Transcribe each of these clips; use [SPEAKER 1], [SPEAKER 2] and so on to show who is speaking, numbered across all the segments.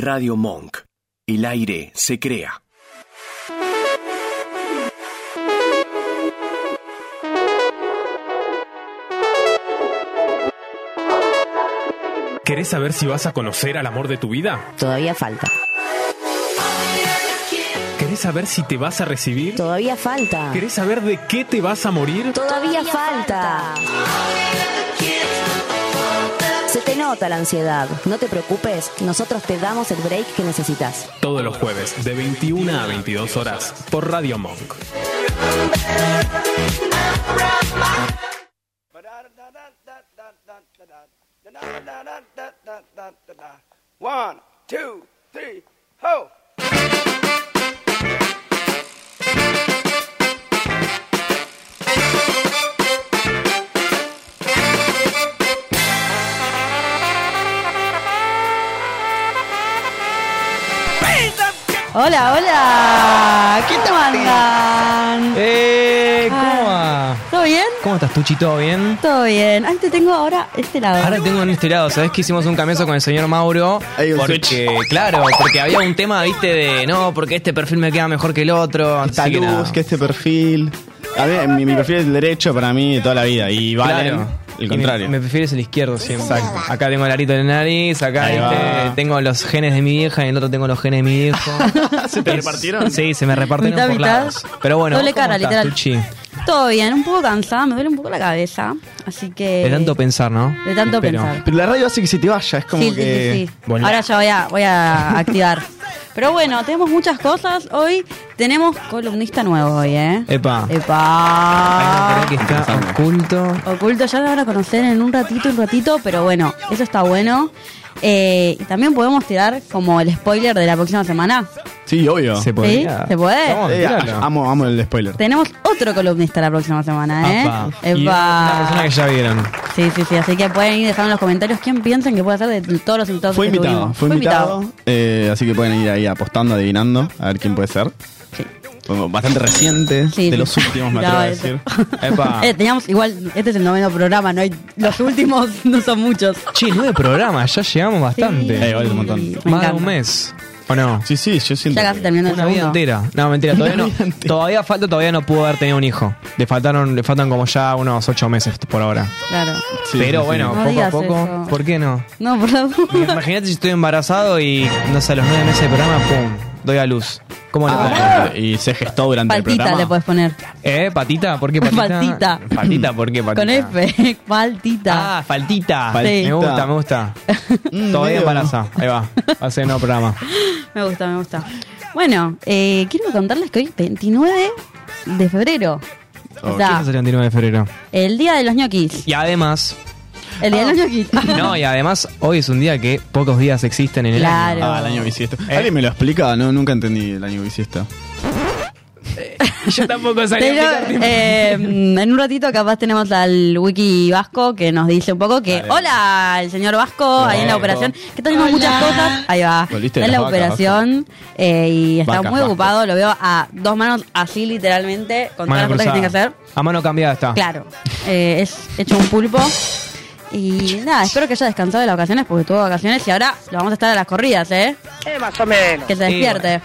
[SPEAKER 1] Radio Monk. El aire se crea.
[SPEAKER 2] ¿Querés saber si vas a conocer al amor de tu vida?
[SPEAKER 3] Todavía falta.
[SPEAKER 2] ¿Querés saber si te vas a recibir?
[SPEAKER 3] Todavía falta.
[SPEAKER 2] ¿Querés saber de qué te vas a morir?
[SPEAKER 3] Todavía falta. Se te nota la ansiedad. No te preocupes, nosotros te damos el break que necesitas.
[SPEAKER 2] Todos los jueves, de 21 a 22 horas, por Radio Monk.
[SPEAKER 4] One, two, three, ho!
[SPEAKER 5] Hola, hola. ¿Qué te mandan?
[SPEAKER 6] ¡Eh! ¿Cómo va?
[SPEAKER 5] ¿Todo bien?
[SPEAKER 6] ¿Cómo estás, Tuchi? ¿Todo bien?
[SPEAKER 5] Todo bien. Ay, te tengo ahora este lado.
[SPEAKER 6] Ahora tengo en este lado, ¿sabes que hicimos un cameo con el señor Mauro?
[SPEAKER 7] Ahí un
[SPEAKER 6] Porque, claro, porque había un tema, viste, de no, porque este perfil me queda mejor que el otro.
[SPEAKER 7] esta
[SPEAKER 6] así que
[SPEAKER 7] luz,
[SPEAKER 6] nada.
[SPEAKER 7] que este perfil. A mí, mi, mi perfil es el derecho para mí de toda la vida. Y vale
[SPEAKER 6] Claro.
[SPEAKER 7] el
[SPEAKER 6] Y
[SPEAKER 7] contrario.
[SPEAKER 6] Me, me prefieres el izquierdo siempre. Acá tengo el arito en la nariz, acá
[SPEAKER 7] Ahí
[SPEAKER 6] este,
[SPEAKER 7] va.
[SPEAKER 6] tengo los genes de mi vieja, en el otro tengo los genes de mi viejo.
[SPEAKER 7] ¿Se te repartieron?
[SPEAKER 6] sí, se me reparten
[SPEAKER 5] Mitad,
[SPEAKER 6] por
[SPEAKER 5] mitad.
[SPEAKER 6] lados. Pero bueno,
[SPEAKER 5] Doble
[SPEAKER 6] ¿cómo
[SPEAKER 5] cara,
[SPEAKER 6] estás,
[SPEAKER 5] literal.
[SPEAKER 6] Tuchi?
[SPEAKER 5] Todo bien. Un poco cansada, me duele un poco la cabeza. Así que.
[SPEAKER 6] De tanto pensar, ¿no?
[SPEAKER 5] De tanto
[SPEAKER 6] Espero.
[SPEAKER 5] pensar.
[SPEAKER 7] Pero la radio hace que se te vaya, es como
[SPEAKER 5] sí, sí,
[SPEAKER 7] que.
[SPEAKER 5] sí, sí.
[SPEAKER 6] Bueno.
[SPEAKER 5] Ahora ya voy a, voy a activar. Pero bueno, tenemos muchas cosas. Hoy tenemos columnista nuevo hoy, ¿eh?
[SPEAKER 6] Epa.
[SPEAKER 5] Epa.
[SPEAKER 6] Hay uno por ahí que está
[SPEAKER 7] Interesante.
[SPEAKER 6] oculto.
[SPEAKER 7] eh,
[SPEAKER 5] Oculto, ya lo van a conocer en un ratito, un ratito, pero bueno, eso está bueno. Eh, y también podemos tirar como el spoiler de la próxima semana.
[SPEAKER 7] Sí, obvio.
[SPEAKER 6] Se
[SPEAKER 5] ¿Sí?
[SPEAKER 6] podría.
[SPEAKER 5] ¿Se puede?
[SPEAKER 6] Vamos,
[SPEAKER 7] Eh,
[SPEAKER 6] tiralo.
[SPEAKER 7] amo, amo el spoiler.
[SPEAKER 5] Tenemos otro columnista la próxima semana, ¿eh?
[SPEAKER 6] Apa. Y
[SPEAKER 5] Epa.
[SPEAKER 6] Una persona que ya vieron.
[SPEAKER 5] Sí, sí, sí, así que pueden ir dejando en los comentarios quién piensan que puede ser de todos los invitados
[SPEAKER 7] Fue
[SPEAKER 5] que
[SPEAKER 7] invitado,
[SPEAKER 5] tuvimos.
[SPEAKER 7] fue invitado. eh, así que pueden ir ahí apostando, adivinando, a ver quién puede ser. Bueno, Bastante reciente,
[SPEAKER 5] Sí,
[SPEAKER 7] de
[SPEAKER 5] sí.
[SPEAKER 7] los últimos, me
[SPEAKER 5] No,
[SPEAKER 7] atrevo a
[SPEAKER 5] eso.
[SPEAKER 7] decir.
[SPEAKER 6] Epa.
[SPEAKER 5] Eh, teníamos igual, este es el noveno programa, no hay los últimos no son muchos.
[SPEAKER 6] Che, nueve programas, ya llegamos bastante.
[SPEAKER 7] Eh, vale un montón.
[SPEAKER 5] Me
[SPEAKER 6] Más de
[SPEAKER 5] encanta.
[SPEAKER 6] un mes. ¿O no?
[SPEAKER 7] Sí, sí, yo
[SPEAKER 5] Ya
[SPEAKER 7] siento. que-
[SPEAKER 5] casi terminó el
[SPEAKER 6] Una vida
[SPEAKER 5] segundo.
[SPEAKER 6] entera. No, mentira, todavía no. Todavía falta, todavía no pudo haber tenido un hijo. Le faltaron, le faltan como ya unos ocho meses por ahora.
[SPEAKER 5] Claro.
[SPEAKER 7] Sí,
[SPEAKER 6] Pero
[SPEAKER 7] sí, sí.
[SPEAKER 6] bueno,
[SPEAKER 5] No
[SPEAKER 6] poco a
[SPEAKER 5] digas
[SPEAKER 6] poco.
[SPEAKER 5] eso.
[SPEAKER 6] ¿Por qué no?
[SPEAKER 5] No, por la duda.
[SPEAKER 6] Imagínate si estoy embarazado y no sé, a los nueve meses de programa, pum, doy a luz. ¿Cómo le
[SPEAKER 5] Ah.
[SPEAKER 6] pongo?
[SPEAKER 7] Ah, Y se gestó durante el
[SPEAKER 5] Paltita
[SPEAKER 7] programa.
[SPEAKER 5] le puedes poner.
[SPEAKER 6] ¿Eh? ¿Patita? ¿Por qué patita?
[SPEAKER 5] Patita.
[SPEAKER 6] ¿Patita? ¿Por qué patita?
[SPEAKER 5] Con F, paltita.
[SPEAKER 6] Ah, faltita.
[SPEAKER 5] Sí.
[SPEAKER 6] Me gusta, me gusta.
[SPEAKER 7] Mm,
[SPEAKER 6] Todavía
[SPEAKER 7] medio-
[SPEAKER 6] embaraza. Ahí va. Va a ser un nuevo programa.
[SPEAKER 5] Me gusta, me gusta. Bueno, eh, quiero contarles que hoy, 29 de febrero. O
[SPEAKER 7] Oh,
[SPEAKER 5] sea,
[SPEAKER 6] Eso sería el 29 de febrero.
[SPEAKER 5] el día de los ñoquis.
[SPEAKER 6] Y además.
[SPEAKER 5] El día de
[SPEAKER 7] Oh.
[SPEAKER 5] los ñoquis.
[SPEAKER 6] No, y además, hoy es un día que pocos días existen en el
[SPEAKER 5] Claro.
[SPEAKER 6] año.
[SPEAKER 7] Ah, el año bisiesto. ¿Alguien me lo explica? No, nunca entendí el año bisiesto.
[SPEAKER 6] Yo tampoco
[SPEAKER 5] Pero eh, en un ratito capaz tenemos al Wiki Vasco que nos dice un poco que hola el señor Vasco ahí en la
[SPEAKER 7] Vasco.
[SPEAKER 5] operación que tenemos muchas cosas ahí va está
[SPEAKER 7] Volviste de
[SPEAKER 5] en la
[SPEAKER 7] las vacas,
[SPEAKER 5] operación eh, y está
[SPEAKER 7] Vacas,
[SPEAKER 5] muy
[SPEAKER 7] Vasco.
[SPEAKER 5] ocupado lo veo a dos manos así literalmente con
[SPEAKER 6] Mano
[SPEAKER 5] todas las cosas que tiene que
[SPEAKER 6] cruzada.
[SPEAKER 5] hacer
[SPEAKER 6] A mano cambiada está.
[SPEAKER 5] claro eh, es hecho un pulpo y nada espero que haya descansado de las vacaciones porque tuvo vacaciones y ahora lo vamos a estar a las corridas eh
[SPEAKER 8] más o menos.
[SPEAKER 5] que se
[SPEAKER 6] Sí,
[SPEAKER 5] despierte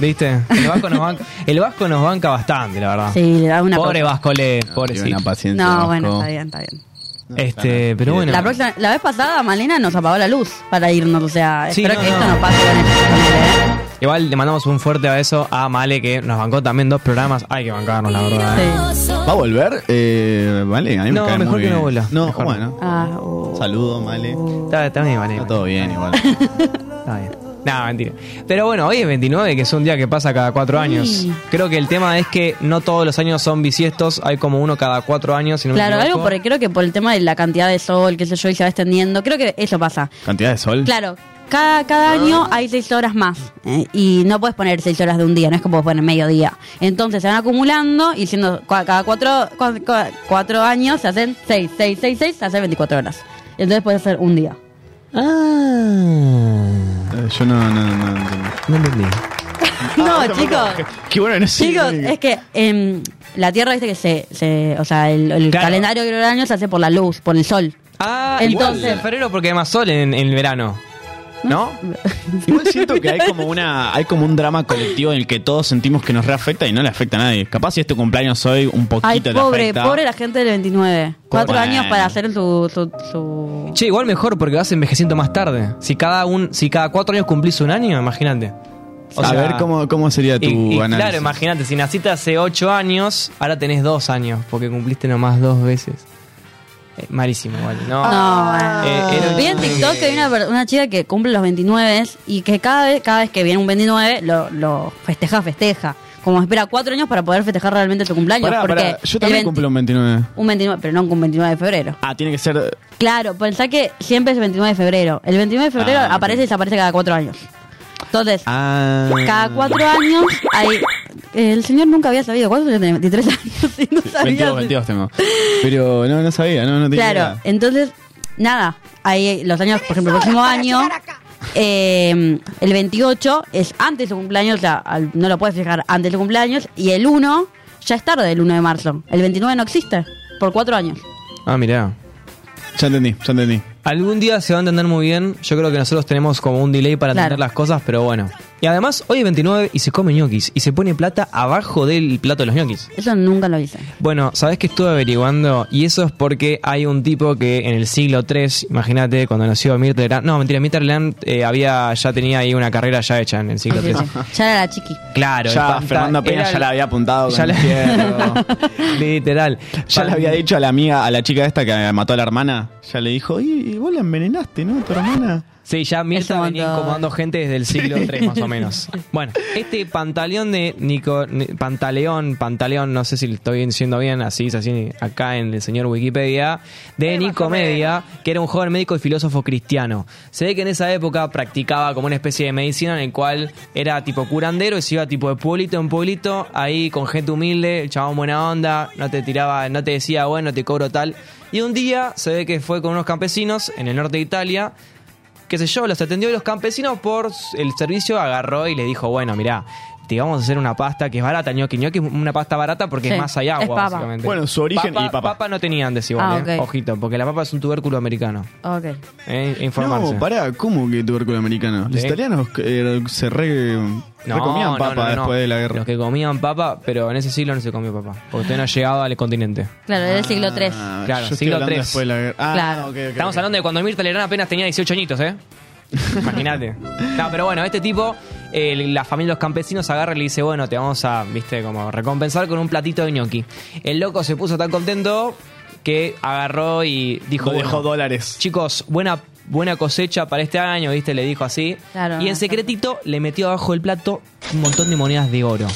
[SPEAKER 6] ¿Viste? El vasco nos banca, el Vasco nos banca bastante, la verdad.
[SPEAKER 5] sí le da una
[SPEAKER 6] Pobre
[SPEAKER 5] cosa.
[SPEAKER 6] Vasco le,
[SPEAKER 7] Tiene una
[SPEAKER 6] pobrecito.
[SPEAKER 7] paciencia.
[SPEAKER 5] no
[SPEAKER 7] Vasco.
[SPEAKER 5] bueno está bien está bien
[SPEAKER 6] Este, pero bueno.
[SPEAKER 5] La, próxima, la vez pasada, Malena nos apagó la luz para irnos. O sea,
[SPEAKER 6] Sí,
[SPEAKER 5] espero
[SPEAKER 6] no,
[SPEAKER 5] que
[SPEAKER 6] no.
[SPEAKER 5] esto no pase con él. con él, ¿eh?
[SPEAKER 6] Igual le mandamos un fuerte abrazo a Male que nos bancó también dos programas. Hay que bancarnos, la verdad. ¿eh?
[SPEAKER 5] Sí.
[SPEAKER 7] ¿Va a volver? Eh, vale, a mí
[SPEAKER 6] No,
[SPEAKER 7] me cae
[SPEAKER 6] mejor
[SPEAKER 7] muy
[SPEAKER 6] que
[SPEAKER 7] bien.
[SPEAKER 6] no vuela.
[SPEAKER 7] No,
[SPEAKER 6] Mejor.
[SPEAKER 7] bueno.
[SPEAKER 5] Ah, oh.
[SPEAKER 7] Saludo, Male.
[SPEAKER 6] Está, está bien, Male.
[SPEAKER 7] Está todo bien igual.
[SPEAKER 6] Está bien. No, mentira. Pero bueno, hoy es 29, que es un día que pasa cada cuatro años.
[SPEAKER 5] Sí.
[SPEAKER 6] Creo que el tema es que no todos los años son bisiestos, hay como uno cada cuatro años. Si no me
[SPEAKER 5] Claro, algo
[SPEAKER 6] equivoco.
[SPEAKER 5] porque creo que por el tema de la cantidad de sol, qué sé yo, y se va extendiendo. Creo que eso pasa.
[SPEAKER 7] ¿Cantidad de sol?
[SPEAKER 5] Claro, cada, cada año hay seis horas más.
[SPEAKER 7] Mm.
[SPEAKER 5] eh, y no puedes poner seis horas de un día, no es como poner mediodía. Entonces se van acumulando y siendo cua- cada cuatro, cua- cua- cuatro años se hacen seis, seis, seis, seis, se hace 24 horas. Entonces puedes hacer un día.
[SPEAKER 6] Ah,
[SPEAKER 7] Eh, yo no, no, no, no entendí.
[SPEAKER 6] no
[SPEAKER 5] no,
[SPEAKER 6] entendí.
[SPEAKER 5] chicos.
[SPEAKER 7] Qué Ah, bueno, no sé.
[SPEAKER 5] Chicos, es que em, la Tierra dice que se, se- o sea, el, el
[SPEAKER 6] Claro.
[SPEAKER 5] calendario año se hace por la luz, por el sol.
[SPEAKER 6] Ah,
[SPEAKER 5] Entonces-
[SPEAKER 6] entonces en febrero porque hay más sol en, en el verano. ¿No?
[SPEAKER 7] Igual siento que hay como una, hay como un drama colectivo en el que todos sentimos que nos reafecta y no le afecta a nadie. Capaz si es tu cumpleaños hoy, un poquito
[SPEAKER 5] Ay,
[SPEAKER 7] te
[SPEAKER 5] pobre,
[SPEAKER 7] afecta.
[SPEAKER 5] pobre la gente del 29. Cuatro
[SPEAKER 7] Bueno.
[SPEAKER 5] años para hacer su... su, su-
[SPEAKER 6] Che, igual mejor porque vas envejeciendo más tarde. Si cada un, si cada cuatro años cumplís un año, imagínate. O
[SPEAKER 7] a
[SPEAKER 6] sea,
[SPEAKER 7] ver cómo, cómo sería tu
[SPEAKER 6] y- y
[SPEAKER 7] análisis.
[SPEAKER 6] Claro, imagínate, si naciste hace ocho años, ahora tenés dos años, porque cumpliste nomás dos veces. Eh, malísimo, igual. No.
[SPEAKER 5] No,
[SPEAKER 6] Eh, era
[SPEAKER 5] bueno.
[SPEAKER 6] un
[SPEAKER 5] Ah. Vi en
[SPEAKER 6] chiste
[SPEAKER 5] TikTok
[SPEAKER 6] que-
[SPEAKER 5] que hay una, per- una chica que cumple los 29 y que cada vez, cada vez que viene un 29 lo, lo festeja, festeja. Como espera cuatro años para poder festejar realmente tu cumpleaños.
[SPEAKER 7] Pará,
[SPEAKER 5] porque
[SPEAKER 7] pará, yo
[SPEAKER 5] el
[SPEAKER 7] también
[SPEAKER 5] 20
[SPEAKER 7] cumplo un 29.
[SPEAKER 5] un 29, pero no un 29 de febrero.
[SPEAKER 7] Ah, tiene que ser.
[SPEAKER 5] Claro, pensá que siempre es el 29 de febrero. El 29 de febrero
[SPEAKER 7] Ah, ok.
[SPEAKER 5] aparece y desaparece cada cuatro años. Entonces,
[SPEAKER 7] Ah.
[SPEAKER 5] cada cuatro años hay... El señor nunca había sabido cuántos años tenía, 23 años y no sabía...
[SPEAKER 7] 22, 22 tengo. Pero no, no sabía, no, no tenía.
[SPEAKER 5] Claro,
[SPEAKER 7] idea.
[SPEAKER 5] entonces, nada, ahí los años, por ejemplo, el próximo año, eh, el 28 es antes de su cumpleaños, o sea, al- no lo puedes fijar antes de su cumpleaños, y el 1 ya es tarde, el 1 de marzo. El 29 no existe, por cuatro años.
[SPEAKER 6] Ah, mirá.
[SPEAKER 7] Ya entendí, ya entendí.
[SPEAKER 6] Algún día se va a entender muy bien. Yo creo que nosotros tenemos como un delay para
[SPEAKER 5] Claro.
[SPEAKER 6] entender las cosas, pero bueno. Y además, hoy es 29 y se come ñoquis. Y se pone plata abajo del plato de los ñoquis.
[SPEAKER 5] Eso nunca lo hice.
[SPEAKER 6] Bueno, ¿sabés que estuve averiguando? Y eso es porque hay un tipo que en el siglo III, imagínate, cuando nació Mirta No, mentira, Mirta Legrand, eh, había, ya tenía ahí una carrera ya hecha en el siglo
[SPEAKER 5] Sí,
[SPEAKER 6] III.
[SPEAKER 5] sí. Ya era la chiqui.
[SPEAKER 6] Claro, el
[SPEAKER 7] ya
[SPEAKER 6] Panta
[SPEAKER 7] Fernando Peña
[SPEAKER 6] era
[SPEAKER 7] ya la había apuntado.
[SPEAKER 6] Ya
[SPEAKER 7] con
[SPEAKER 6] le-
[SPEAKER 7] el fierro.
[SPEAKER 6] Literal.
[SPEAKER 7] Ya le
[SPEAKER 6] Pan-
[SPEAKER 7] había dicho a la amiga, a la chica esta que mató a la hermana, ya le dijo, y y vos la envenenaste, ¿no? Tu hermana.
[SPEAKER 6] Sí, ya Mirta
[SPEAKER 5] un
[SPEAKER 6] venía
[SPEAKER 5] montón.
[SPEAKER 6] incomodando gente desde el siglo III más o menos. Bueno, este pantaleón de Nico, Ni- Pantaleón, Pantaleón, no sé si lo estoy diciendo bien, así es así acá en el señor Wikipedia, de Nicomedia, que era un joven médico y filósofo cristiano. Se ve que en esa época practicaba como una especie de medicina en el cual era tipo curandero y se iba tipo de pueblito en pueblito, ahí con gente humilde, el chabón buena onda, no te tiraba, no te decía, bueno, te cobro tal. Y un día se ve que fue con unos campesinos en el norte de Italia qué sé yo, los atendió y los campesinos por el servicio, agarró y le dijo, bueno, mirá, te vamos a hacer una pasta que es barata, ñoqui, ñoqui es una pasta barata porque es
[SPEAKER 5] Sí,
[SPEAKER 6] más hay agua,
[SPEAKER 5] es papa.
[SPEAKER 6] básicamente.
[SPEAKER 7] Bueno, su origen
[SPEAKER 6] Papa-
[SPEAKER 7] y papa.
[SPEAKER 6] no tenían antes igual,
[SPEAKER 5] Ah,
[SPEAKER 6] eh.
[SPEAKER 5] ok.
[SPEAKER 6] ojito, porque la papa es un tubérculo americano.
[SPEAKER 5] Ok.
[SPEAKER 6] Eh, informarse.
[SPEAKER 7] No, pará, ¿cómo que tubérculo americano? Los
[SPEAKER 6] Sí.
[SPEAKER 7] italianos eh, se re,
[SPEAKER 6] No,
[SPEAKER 7] comían
[SPEAKER 6] no,
[SPEAKER 7] papa
[SPEAKER 6] no, no, no.
[SPEAKER 7] después de la guerra.
[SPEAKER 6] Los que comían papa, pero en ese siglo no se comió papa. Porque usted no ha llegado al continente.
[SPEAKER 5] Claro, era el siglo III.
[SPEAKER 7] Ah,
[SPEAKER 6] Claro,
[SPEAKER 7] yo estoy
[SPEAKER 6] siglo
[SPEAKER 7] hablando
[SPEAKER 6] III.
[SPEAKER 7] después de la guerra. Ah,
[SPEAKER 5] Claro.
[SPEAKER 7] ok, ok,
[SPEAKER 6] Estamos
[SPEAKER 7] ok.
[SPEAKER 6] hablando de cuando Mirta Legrand apenas tenía 18 añitos, ¿eh? Imagínate. No, pero bueno, este tipo, eh, la familia de los campesinos agarra y le dice, bueno, te vamos a, viste, como recompensar con un platito de gnocchi. El loco se puso tan contento que agarró y dijo,
[SPEAKER 5] eh,
[SPEAKER 7] Lo dejó
[SPEAKER 6] bueno,
[SPEAKER 7] dólares.
[SPEAKER 6] chicos, buena, buena cosecha para este año, viste, le dijo así.
[SPEAKER 5] Claro.
[SPEAKER 6] y en secretito le metió abajo del plato un montón de monedas de oro.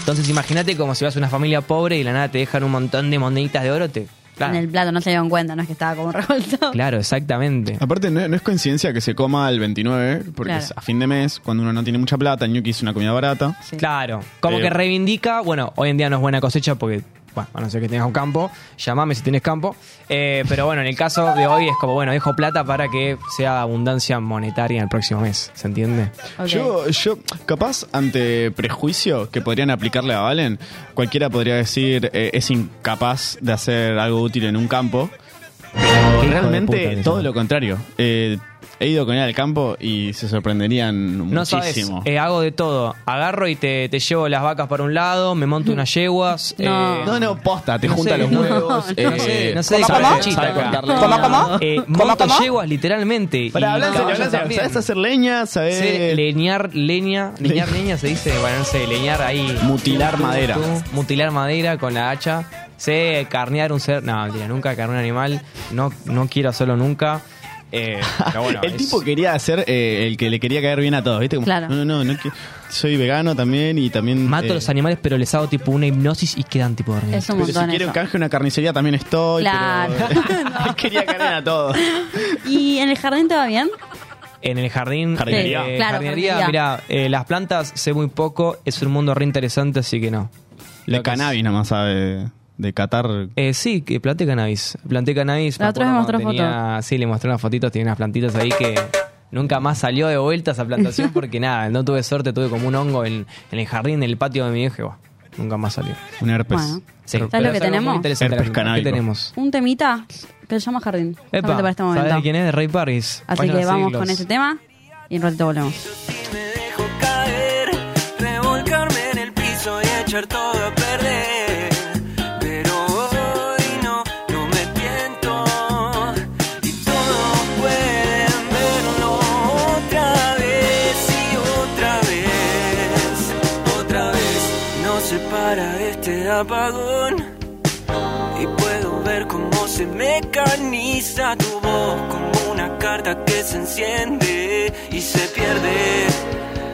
[SPEAKER 6] Entonces imagínate como si vas a una familia pobre y de la nada te dejan un montón de moneditas de oro, te... Claro,
[SPEAKER 5] En el plato no se dieron cuenta, no es que estaba como revoltado.
[SPEAKER 6] claro exactamente.
[SPEAKER 7] Aparte, no, no es coincidencia que se coma el 29, porque
[SPEAKER 5] Claro.
[SPEAKER 7] es a fin de mes, cuando uno no tiene mucha plata, el ñoqui es una comida barata.
[SPEAKER 5] Sí.
[SPEAKER 6] Claro, como
[SPEAKER 7] Pero-
[SPEAKER 6] que reivindica, bueno, hoy en día no es buena cosecha porque, bueno, a no ser que tengas un campo, llamame si tienes campo, Eh, pero bueno, en el caso de hoy es como, bueno, dejo plata para que sea abundancia monetaria en el próximo mes, ¿se entiende?
[SPEAKER 5] Ok.
[SPEAKER 7] Yo, yo, capaz, ante prejuicio que podrían aplicarle a Valen, cualquiera podría decir eh, es incapaz de hacer algo útil en un campo. Pero
[SPEAKER 6] Qué hijo de
[SPEAKER 7] realmente
[SPEAKER 6] puta que
[SPEAKER 7] todo
[SPEAKER 6] son.
[SPEAKER 7] lo contrario. Eh, he ido con él al campo y se sorprenderían
[SPEAKER 6] No sabes,
[SPEAKER 7] muchísimo.
[SPEAKER 6] eh, hago de todo, agarro y te, te llevo las vacas para un lado, me monto unas yeguas,
[SPEAKER 5] No.
[SPEAKER 6] eh,
[SPEAKER 7] no, no, posta, te
[SPEAKER 6] no
[SPEAKER 7] junta
[SPEAKER 6] sé,
[SPEAKER 7] los
[SPEAKER 6] no,
[SPEAKER 7] huevos. eh,
[SPEAKER 6] no, no sé, no sé,
[SPEAKER 7] ¿Cómo,
[SPEAKER 6] sabe-
[SPEAKER 7] cómo?
[SPEAKER 6] sabe cortarle.
[SPEAKER 7] ¿Cómo, cómo?
[SPEAKER 6] eh, monto yeguas literalmente.
[SPEAKER 7] Para
[SPEAKER 6] y
[SPEAKER 7] hablar en serio,
[SPEAKER 6] caballos
[SPEAKER 7] hablar en serio.
[SPEAKER 6] también.
[SPEAKER 7] Sabes hacer leña, sabes.
[SPEAKER 6] Sí, leñar, leña, leñar leña se dice, bueno, no sé, leñar ahí.
[SPEAKER 7] Mutilar
[SPEAKER 6] Tú,
[SPEAKER 7] madera.
[SPEAKER 6] tú, mutilar madera con la hacha. Sé carnear un ser. No, mentira, nunca carné un animal. No, no quiero hacerlo nunca. Eh, pero bueno,
[SPEAKER 7] el
[SPEAKER 6] es-
[SPEAKER 7] tipo quería hacer eh, el que le quería caer bien a todos, ¿viste? Como,
[SPEAKER 5] Claro.
[SPEAKER 7] No, no, no, no, que- soy vegano también y también.
[SPEAKER 6] Mato
[SPEAKER 7] eh,
[SPEAKER 6] a los animales, pero les hago tipo una hipnosis y quedan tipo dormidos.
[SPEAKER 5] Es un
[SPEAKER 7] Pero si
[SPEAKER 5] montón
[SPEAKER 7] quiero un
[SPEAKER 5] eso.
[SPEAKER 7] canje en una carnicería también estoy.
[SPEAKER 5] Claro.
[SPEAKER 7] Pero... eh, Quería caer bien a todos.
[SPEAKER 5] ¿Y en el jardín te va bien?
[SPEAKER 6] En el jardín.
[SPEAKER 7] Jardinería.
[SPEAKER 6] eh,
[SPEAKER 5] Claro,
[SPEAKER 6] jardinería,
[SPEAKER 5] jardinería.
[SPEAKER 6] mirá, eh, las plantas sé muy poco. Es un mundo re interesante, así que no. Lo
[SPEAKER 7] La
[SPEAKER 6] que es-
[SPEAKER 7] cannabis nomás sabe de Qatar.
[SPEAKER 6] Eh, sí, que planté cannabis. Planté cannabis.
[SPEAKER 5] La
[SPEAKER 6] me
[SPEAKER 5] otra vez
[SPEAKER 6] acuerdo
[SPEAKER 5] mostró
[SPEAKER 6] cuando tenía- Sí, le mostré unas fotitos, tenía unas plantitas ahí que nunca más salió de vuelta esa plantación porque nada, no tuve suerte, tuve como un hongo en, en el jardín, en el patio de mi viejo. y, bah, nunca más salió.
[SPEAKER 7] Un herpes.
[SPEAKER 5] Bueno.
[SPEAKER 6] Pues, Sí,
[SPEAKER 5] ¿Sabes
[SPEAKER 6] pero
[SPEAKER 5] lo que
[SPEAKER 6] es algo muy
[SPEAKER 5] tenemos?
[SPEAKER 6] interesante
[SPEAKER 7] Herpes
[SPEAKER 6] la planta. ¿Qué
[SPEAKER 7] canábico.
[SPEAKER 6] tenemos?
[SPEAKER 5] Un temita que se llama jardín.
[SPEAKER 6] Epa,
[SPEAKER 5] solamente para este momento.
[SPEAKER 6] ¿sabes quién es? De Ray Paris.
[SPEAKER 5] Así
[SPEAKER 6] Vayan a
[SPEAKER 5] que vamos
[SPEAKER 6] seguirlos.
[SPEAKER 5] con este ese tema. y en un ratito volvemos.
[SPEAKER 9] Si me dejo caer, revolcarme en el piso y echar todo a perder. Pero hoy no, no me tiento. Y todos pueden verlo otra vez y otra vez. Otra vez nos separa este apagón. Y puedo ver cómo se mecaniza tu voz como una carta que se enciende y se pierde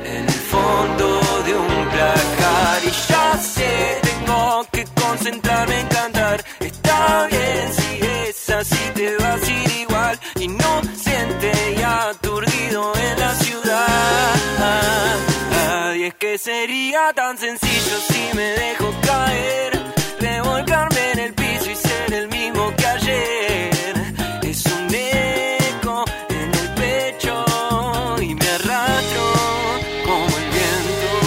[SPEAKER 9] en el fondo de un placar. Y ya sé, tengo que concentrarme en cantar. Está bien si es así, te vas a ir igual. Inocente y aturdido en la ciudad. Ah, Y es que sería tan sencillo si me dejo caer. Revolcarme en el piso y ser el mismo que ayer. Es un eco en el pecho y me arrastro como el viento.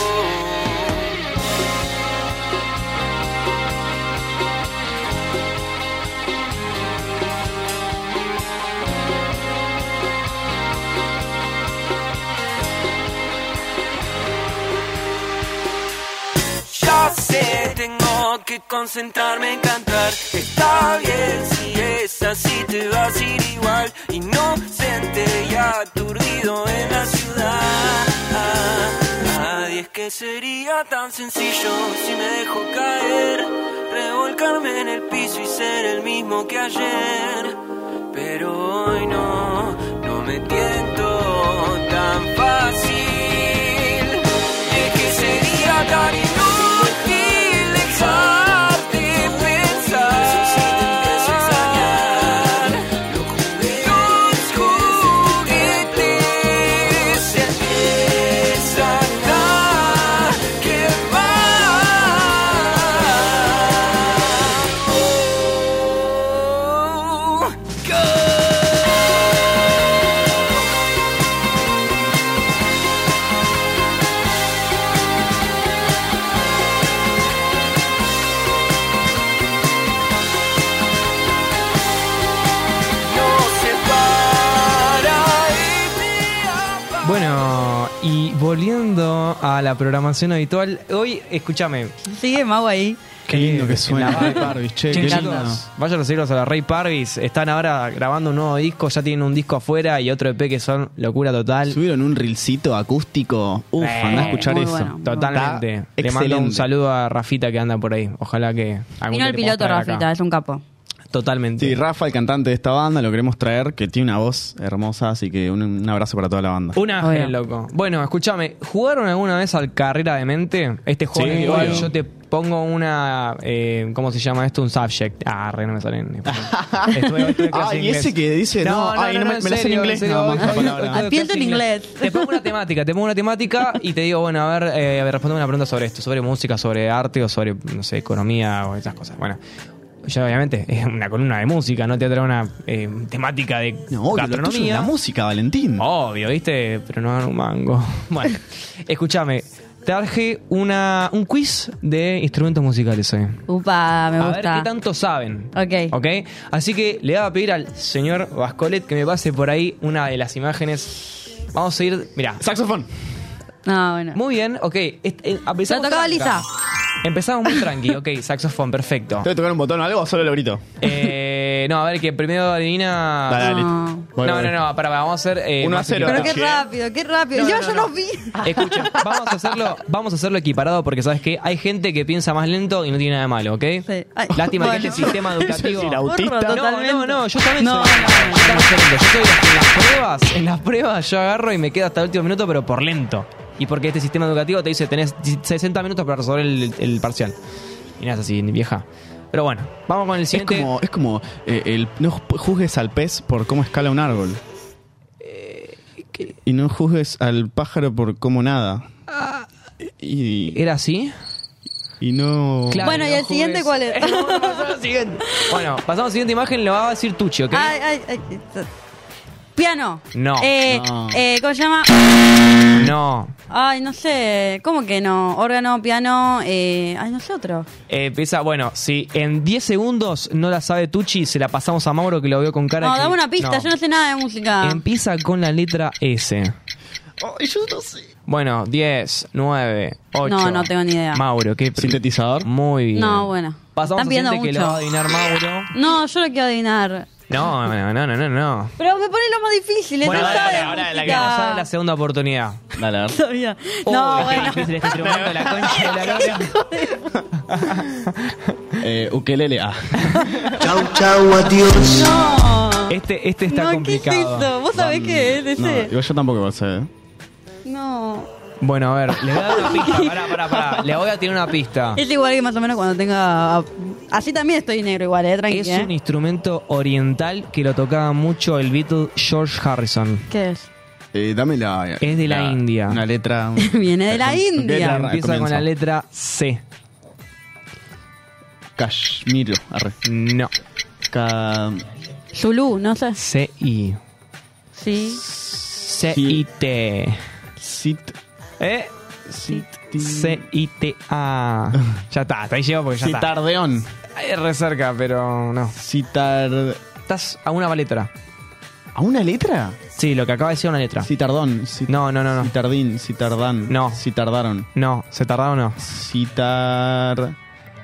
[SPEAKER 8] Ya sé, tengo que concentrarme en cantar. Está bien si es así, te vas a ir igual. Inocente y aturdido en la ciudad. Ay, es que sería tan sencillo si me dejo caer. Revolcarme en el piso y ser el mismo que ayer. Pero hoy no, no me tiento tan fácil. Y es que sería tan inútil dejarte pensar. Tus juguetes se empiezan a quemar. Oh,
[SPEAKER 6] Bueno, y volviendo a la programación habitual, hoy, escúchame.
[SPEAKER 5] Sigue Mau ahí.
[SPEAKER 7] Qué lindo que
[SPEAKER 6] en
[SPEAKER 7] suena.
[SPEAKER 6] la
[SPEAKER 7] Ray
[SPEAKER 6] vibe.
[SPEAKER 7] Parvis, che,
[SPEAKER 6] Chicos,
[SPEAKER 7] qué lindo.
[SPEAKER 6] Vayan a seguirlos a la Ray Parvis. Están ahora grabando un nuevo disco, ya tienen un disco afuera y otro EP que son locura total.
[SPEAKER 7] Subieron un reelcito acústico. Uf,
[SPEAKER 6] Eh,
[SPEAKER 7] andá a escuchar
[SPEAKER 5] muy
[SPEAKER 7] eso.
[SPEAKER 5] bueno.
[SPEAKER 6] Totalmente.
[SPEAKER 7] Está
[SPEAKER 6] Le mando un
[SPEAKER 7] excelente.
[SPEAKER 6] saludo a Rafita que anda por ahí. Ojalá que
[SPEAKER 5] Vino
[SPEAKER 6] algún día
[SPEAKER 5] el
[SPEAKER 6] le podamos
[SPEAKER 5] piloto,
[SPEAKER 6] traer acá.
[SPEAKER 5] Rafita, es un capo.
[SPEAKER 6] Totalmente.
[SPEAKER 7] Sí, Rafa, el cantante de esta banda, lo queremos traer, que tiene una voz hermosa, así que un, un abrazo para toda la banda.
[SPEAKER 6] Un ángel,
[SPEAKER 5] Obvio.
[SPEAKER 6] loco. Bueno, escúchame, ¿jugaron alguna vez al Carrera de Mente? Este juego
[SPEAKER 7] Sí,
[SPEAKER 6] en el cual
[SPEAKER 7] obvio.
[SPEAKER 6] yo te pongo una... eh, ¿Cómo se llama esto? Un subject. Ah, re, no me salen.
[SPEAKER 7] Ah, y ese que dice, no, ay, no me- me la sé en inglés, nada más la palabra.
[SPEAKER 5] Ah, pienso en inglés.
[SPEAKER 6] Te pongo una temática, te pongo una temática y te digo, bueno, a ver, eh, a ver, respondeme una pregunta sobre esto, sobre música, sobre arte o sobre, no sé, economía o esas cosas. Bueno, yo obviamente es una columna de música, no te trae una eh, temática de
[SPEAKER 7] No, obvio, lo tuyo es
[SPEAKER 6] gastronomía.
[SPEAKER 7] la música, Valentín.
[SPEAKER 6] Obvio, ¿viste? Pero no dan un mango. Bueno, escúchame. Traje una, un quiz de instrumentos musicales hoy.
[SPEAKER 5] Upa, me
[SPEAKER 6] a ver
[SPEAKER 5] gusta.
[SPEAKER 6] qué tanto saben.
[SPEAKER 5] Ok.
[SPEAKER 6] Ok. Así que le voy a pedir al señor Vascolet que me pase por ahí una de las imágenes. Vamos a ir. Mirá.
[SPEAKER 7] Saxofón.
[SPEAKER 5] No, bueno.
[SPEAKER 6] Muy bien, ok. Est- eh, Empezamos.
[SPEAKER 5] La tocaba
[SPEAKER 6] tranca.
[SPEAKER 5] Lisa.
[SPEAKER 6] Empezamos muy tranqui, ok. Saxofón, perfecto.
[SPEAKER 7] ¿Te voy a tocar un botón o algo o solo lo grito?
[SPEAKER 6] Eh, no, a ver, que primero adivina.
[SPEAKER 7] Dale, dale,
[SPEAKER 5] No.
[SPEAKER 7] listo. Voy,
[SPEAKER 6] No,
[SPEAKER 7] voy.
[SPEAKER 6] no, no, para, vamos a hacer. eh,
[SPEAKER 7] Uno a
[SPEAKER 6] más
[SPEAKER 7] cero.
[SPEAKER 6] equilibrado.
[SPEAKER 5] Pero qué
[SPEAKER 7] Sí.
[SPEAKER 5] rápido, qué rápido.
[SPEAKER 6] No,
[SPEAKER 5] Yo
[SPEAKER 6] no,
[SPEAKER 5] yo
[SPEAKER 6] no.
[SPEAKER 5] los vi.
[SPEAKER 6] Escucha, vamos a hacerlo, vamos a hacerlo equiparado porque sabes que hay gente que piensa más lento y no tiene nada de malo, ¿ok?
[SPEAKER 5] Sí. Ay,
[SPEAKER 6] Lástima
[SPEAKER 5] bueno.
[SPEAKER 6] que este sistema educativo.
[SPEAKER 7] decir, autista.
[SPEAKER 5] Burro,
[SPEAKER 6] No,
[SPEAKER 5] totalmente.
[SPEAKER 6] no, no, yo también
[SPEAKER 5] No,
[SPEAKER 6] soy.
[SPEAKER 5] no,
[SPEAKER 6] yo también soy lento. Yo soy de los que en las pruebas, en las pruebas yo agarro y me quedo hasta el último minuto, pero por lento. Y porque este sistema educativo te dice tenés 60 minutos para resolver el, el parcial. Y nada, es así, vieja. Pero bueno, vamos con el
[SPEAKER 7] Es
[SPEAKER 6] siguiente.
[SPEAKER 7] como, es como eh, el, no juzgues al pez por cómo escala un árbol. Eh, y no juzgues al pájaro por cómo nada. Ah. Y,
[SPEAKER 6] ¿Era así?
[SPEAKER 7] y no...
[SPEAKER 6] Claro,
[SPEAKER 5] Bueno, ¿y el
[SPEAKER 6] no ¿Este?
[SPEAKER 5] siguiente
[SPEAKER 6] jugues.
[SPEAKER 5] cuál es?
[SPEAKER 6] No, no, pasamos al siguiente. Bueno, pasamos a la siguiente imagen, lo va a decir Tucci, ¿ok?
[SPEAKER 5] Ay, ay, ay. Piano.
[SPEAKER 6] No.
[SPEAKER 5] Eh,
[SPEAKER 7] No.
[SPEAKER 5] eh, ¿Cómo se llama?
[SPEAKER 6] No.
[SPEAKER 5] Ay, no sé. ¿Cómo que no? Órgano, piano. Eh, ay, no sé otro.
[SPEAKER 6] Eh, Empieza, bueno, si en 10 segundos no la sabe Tucci, se la pasamos a Mauro que lo veo con cara.
[SPEAKER 5] No,
[SPEAKER 6] que-
[SPEAKER 5] dame una pista. Yo no sé nada de música.
[SPEAKER 6] Empieza con la letra S.
[SPEAKER 7] Ay, yo no sé.
[SPEAKER 6] Bueno, 10, 9, 8.
[SPEAKER 5] No, no tengo ni idea.
[SPEAKER 6] Mauro, ¿qué pri-
[SPEAKER 7] Sintetizador.
[SPEAKER 6] Muy bien.
[SPEAKER 5] No, bueno.
[SPEAKER 6] Pasamos
[SPEAKER 5] Están
[SPEAKER 6] a
[SPEAKER 5] pidiendo
[SPEAKER 6] gente que lo va a
[SPEAKER 5] mucho.
[SPEAKER 6] adivinar Mauro.
[SPEAKER 5] No, yo lo quiero adivinar.
[SPEAKER 6] No, no, no, no, no. no.
[SPEAKER 5] Pero me pone lo más difícil. ¿eh?
[SPEAKER 6] Bueno,
[SPEAKER 5] no
[SPEAKER 6] dale,
[SPEAKER 5] sabe
[SPEAKER 6] dale, ahora la que
[SPEAKER 5] música.
[SPEAKER 6] nos sale la segunda oportunidad.
[SPEAKER 7] Dale, a ver.
[SPEAKER 5] Todavía. No, Oh, bueno.
[SPEAKER 6] Difícil este instrumento, la concha de la lora.
[SPEAKER 7] Eh, ukelele. Ah.
[SPEAKER 5] No.
[SPEAKER 6] Este, este está
[SPEAKER 5] no, ¿qué es
[SPEAKER 6] complicado.
[SPEAKER 5] eso? ¿Vos sabés qué es
[SPEAKER 7] No,
[SPEAKER 5] ese?
[SPEAKER 7] igual yo tampoco lo sé. ¿eh?
[SPEAKER 5] No.
[SPEAKER 6] Bueno, a ver, le voy a dar una pista. Pará, pará, pará. Le voy a tirar una pista.
[SPEAKER 5] Es igual que más o menos cuando tenga... ah, Así también estoy negro igual, eh, tranqui,
[SPEAKER 6] Es
[SPEAKER 5] eh.
[SPEAKER 6] un instrumento oriental que lo tocaba mucho el Beatle George Harrison.
[SPEAKER 5] ¿Qué es?
[SPEAKER 7] Eh, dame la.
[SPEAKER 6] Es de la India.
[SPEAKER 7] Una letra.
[SPEAKER 5] Viene de la
[SPEAKER 7] Ok,
[SPEAKER 5] India.
[SPEAKER 7] la-
[SPEAKER 6] Empieza con
[SPEAKER 7] comienza.
[SPEAKER 6] la letra C.
[SPEAKER 7] Cashmiro. Arre.
[SPEAKER 6] No.
[SPEAKER 7] Ca-
[SPEAKER 5] Zulu, no sé.
[SPEAKER 6] C-I.
[SPEAKER 5] Sí.
[SPEAKER 6] C-I-T.
[SPEAKER 7] Sit.
[SPEAKER 6] ¿Eh?
[SPEAKER 7] Sit.
[SPEAKER 6] C-I-T-A. Ya está, hasta ahí llego porque ya está.
[SPEAKER 7] Citardeón.
[SPEAKER 6] Es re cerca, pero no.
[SPEAKER 7] Citar.
[SPEAKER 6] Estás a una letra.
[SPEAKER 7] ¿A una letra?
[SPEAKER 6] Sí, lo que acaba de decir una letra.
[SPEAKER 7] Citardón. Cit-
[SPEAKER 6] No, no, no, no.
[SPEAKER 7] Citardín. Citardán.
[SPEAKER 6] No.
[SPEAKER 7] Citardaron.
[SPEAKER 6] No, ¿se tardaron o no?
[SPEAKER 7] Citar.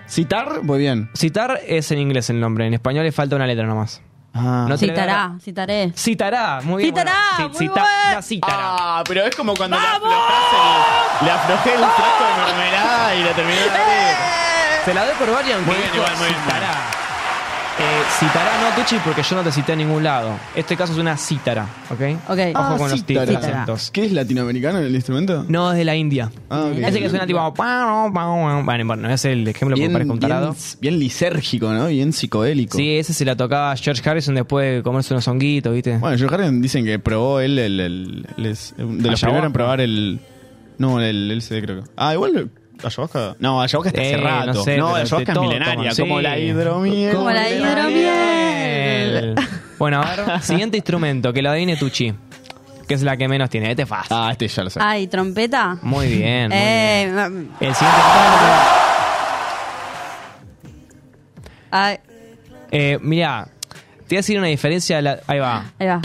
[SPEAKER 7] Citar, muy bien.
[SPEAKER 6] Citar es en inglés el nombre, en español le falta una letra nomás.
[SPEAKER 7] Ah.
[SPEAKER 6] No te-
[SPEAKER 5] Citará, citaré.
[SPEAKER 6] Citará, muy bien.
[SPEAKER 5] Citará,
[SPEAKER 6] bueno.
[SPEAKER 5] muy
[SPEAKER 6] Ci- cita-
[SPEAKER 5] bueno.
[SPEAKER 6] una citará.
[SPEAKER 7] Ah, pero es como cuando le aflojaste el- le aflojé el frasco de mermelada y la terminé de abrir.
[SPEAKER 6] Se la doy por varias aunque
[SPEAKER 7] Muy bien,
[SPEAKER 6] dijo
[SPEAKER 7] igual, muy bien.
[SPEAKER 6] citará. Eh, citará no, Tucci, porque yo no te cité a ningún lado. Este caso es una cítara, ¿ok?
[SPEAKER 5] Ok.
[SPEAKER 6] Ojo
[SPEAKER 7] Ah,
[SPEAKER 6] con los
[SPEAKER 7] cítara.
[SPEAKER 6] ti-
[SPEAKER 5] Citará.
[SPEAKER 6] acentos.
[SPEAKER 7] ¿Qué es latinoamericano el instrumento?
[SPEAKER 6] No, es de la India.
[SPEAKER 7] Ah, ok.
[SPEAKER 6] Ese que suena tipo... pau, pau, pau. Bueno, bueno, es el ejemplo que
[SPEAKER 7] bien,
[SPEAKER 6] parece un tarado.
[SPEAKER 7] bien, bien lisérgico, ¿no? Bien psicodélico.
[SPEAKER 6] Sí, ese se la tocaba George Harrison después de comerse unos honguitos, ¿viste?
[SPEAKER 7] Bueno, Joe Harrison dicen que probó él el, el- les- de los
[SPEAKER 6] Ayahuasca.
[SPEAKER 7] primeros en probar el. No, el, el CD creo que. Ah, igual. Ayahuasca. No, ayahuasca está
[SPEAKER 6] Eh,
[SPEAKER 7] hace rato.
[SPEAKER 6] no sé, pero
[SPEAKER 7] ayahuasca
[SPEAKER 6] de
[SPEAKER 7] es
[SPEAKER 6] todo
[SPEAKER 7] milenaria,
[SPEAKER 6] toman, sí.
[SPEAKER 7] como la hidromiel.
[SPEAKER 5] Como la hidromiel.
[SPEAKER 6] Bueno, a ver, siguiente instrumento, que lo adivine Tucci. Que es la que menos tiene. Este es fácil.
[SPEAKER 7] Ah, este ya lo sé.
[SPEAKER 5] Ay, trompeta.
[SPEAKER 6] Muy bien. muy
[SPEAKER 5] Eh,
[SPEAKER 6] bien. El siguiente instrumento.
[SPEAKER 5] ay,
[SPEAKER 6] Eh, mirá, te voy a decir una diferencia. de la- ahí va.
[SPEAKER 5] ahí va.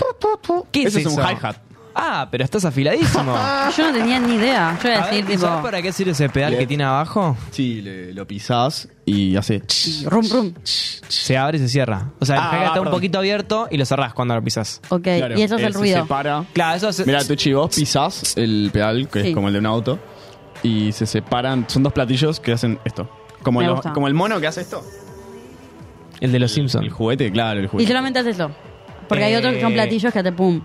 [SPEAKER 6] ¿Qué
[SPEAKER 7] Ese
[SPEAKER 6] es
[SPEAKER 7] es un
[SPEAKER 6] eso?
[SPEAKER 7] hi-hat.
[SPEAKER 6] Ah, pero estás afiladísimo. A
[SPEAKER 5] Yo no tenía ni idea. Yo iba a
[SPEAKER 6] ver,
[SPEAKER 5] decir, tipo.
[SPEAKER 6] ¿Sabes para qué sirve ese pedal que
[SPEAKER 7] Bien.
[SPEAKER 6] tiene abajo?
[SPEAKER 7] Sí, le- lo pisás y hace.
[SPEAKER 5] Rum, rum.
[SPEAKER 6] Se abre y se cierra. O sea, el
[SPEAKER 7] Ah,
[SPEAKER 6] pedal está un
[SPEAKER 7] perdón.
[SPEAKER 6] poquito abierto y lo cerrás cuando lo pisas.
[SPEAKER 5] Ok,
[SPEAKER 7] Claro,
[SPEAKER 5] y eso es
[SPEAKER 7] eh,
[SPEAKER 5] el
[SPEAKER 7] se
[SPEAKER 5] ruido.
[SPEAKER 7] separa.
[SPEAKER 6] Claro, eso es.
[SPEAKER 7] Mira, Tuchi, vos pisás el pedal, que
[SPEAKER 5] Sí.
[SPEAKER 7] es como el de un auto, y se separan. Son dos platillos que hacen esto. Como,
[SPEAKER 5] Me
[SPEAKER 7] los-
[SPEAKER 5] gusta.
[SPEAKER 7] como el mono que hace esto.
[SPEAKER 6] el de los
[SPEAKER 7] El
[SPEAKER 6] Simpsons.
[SPEAKER 7] juguete, claro, el
[SPEAKER 5] Y
[SPEAKER 7] juguete.
[SPEAKER 5] solamente haces eso. Porque hay otros que son
[SPEAKER 6] Eh,
[SPEAKER 5] platillos que te pum.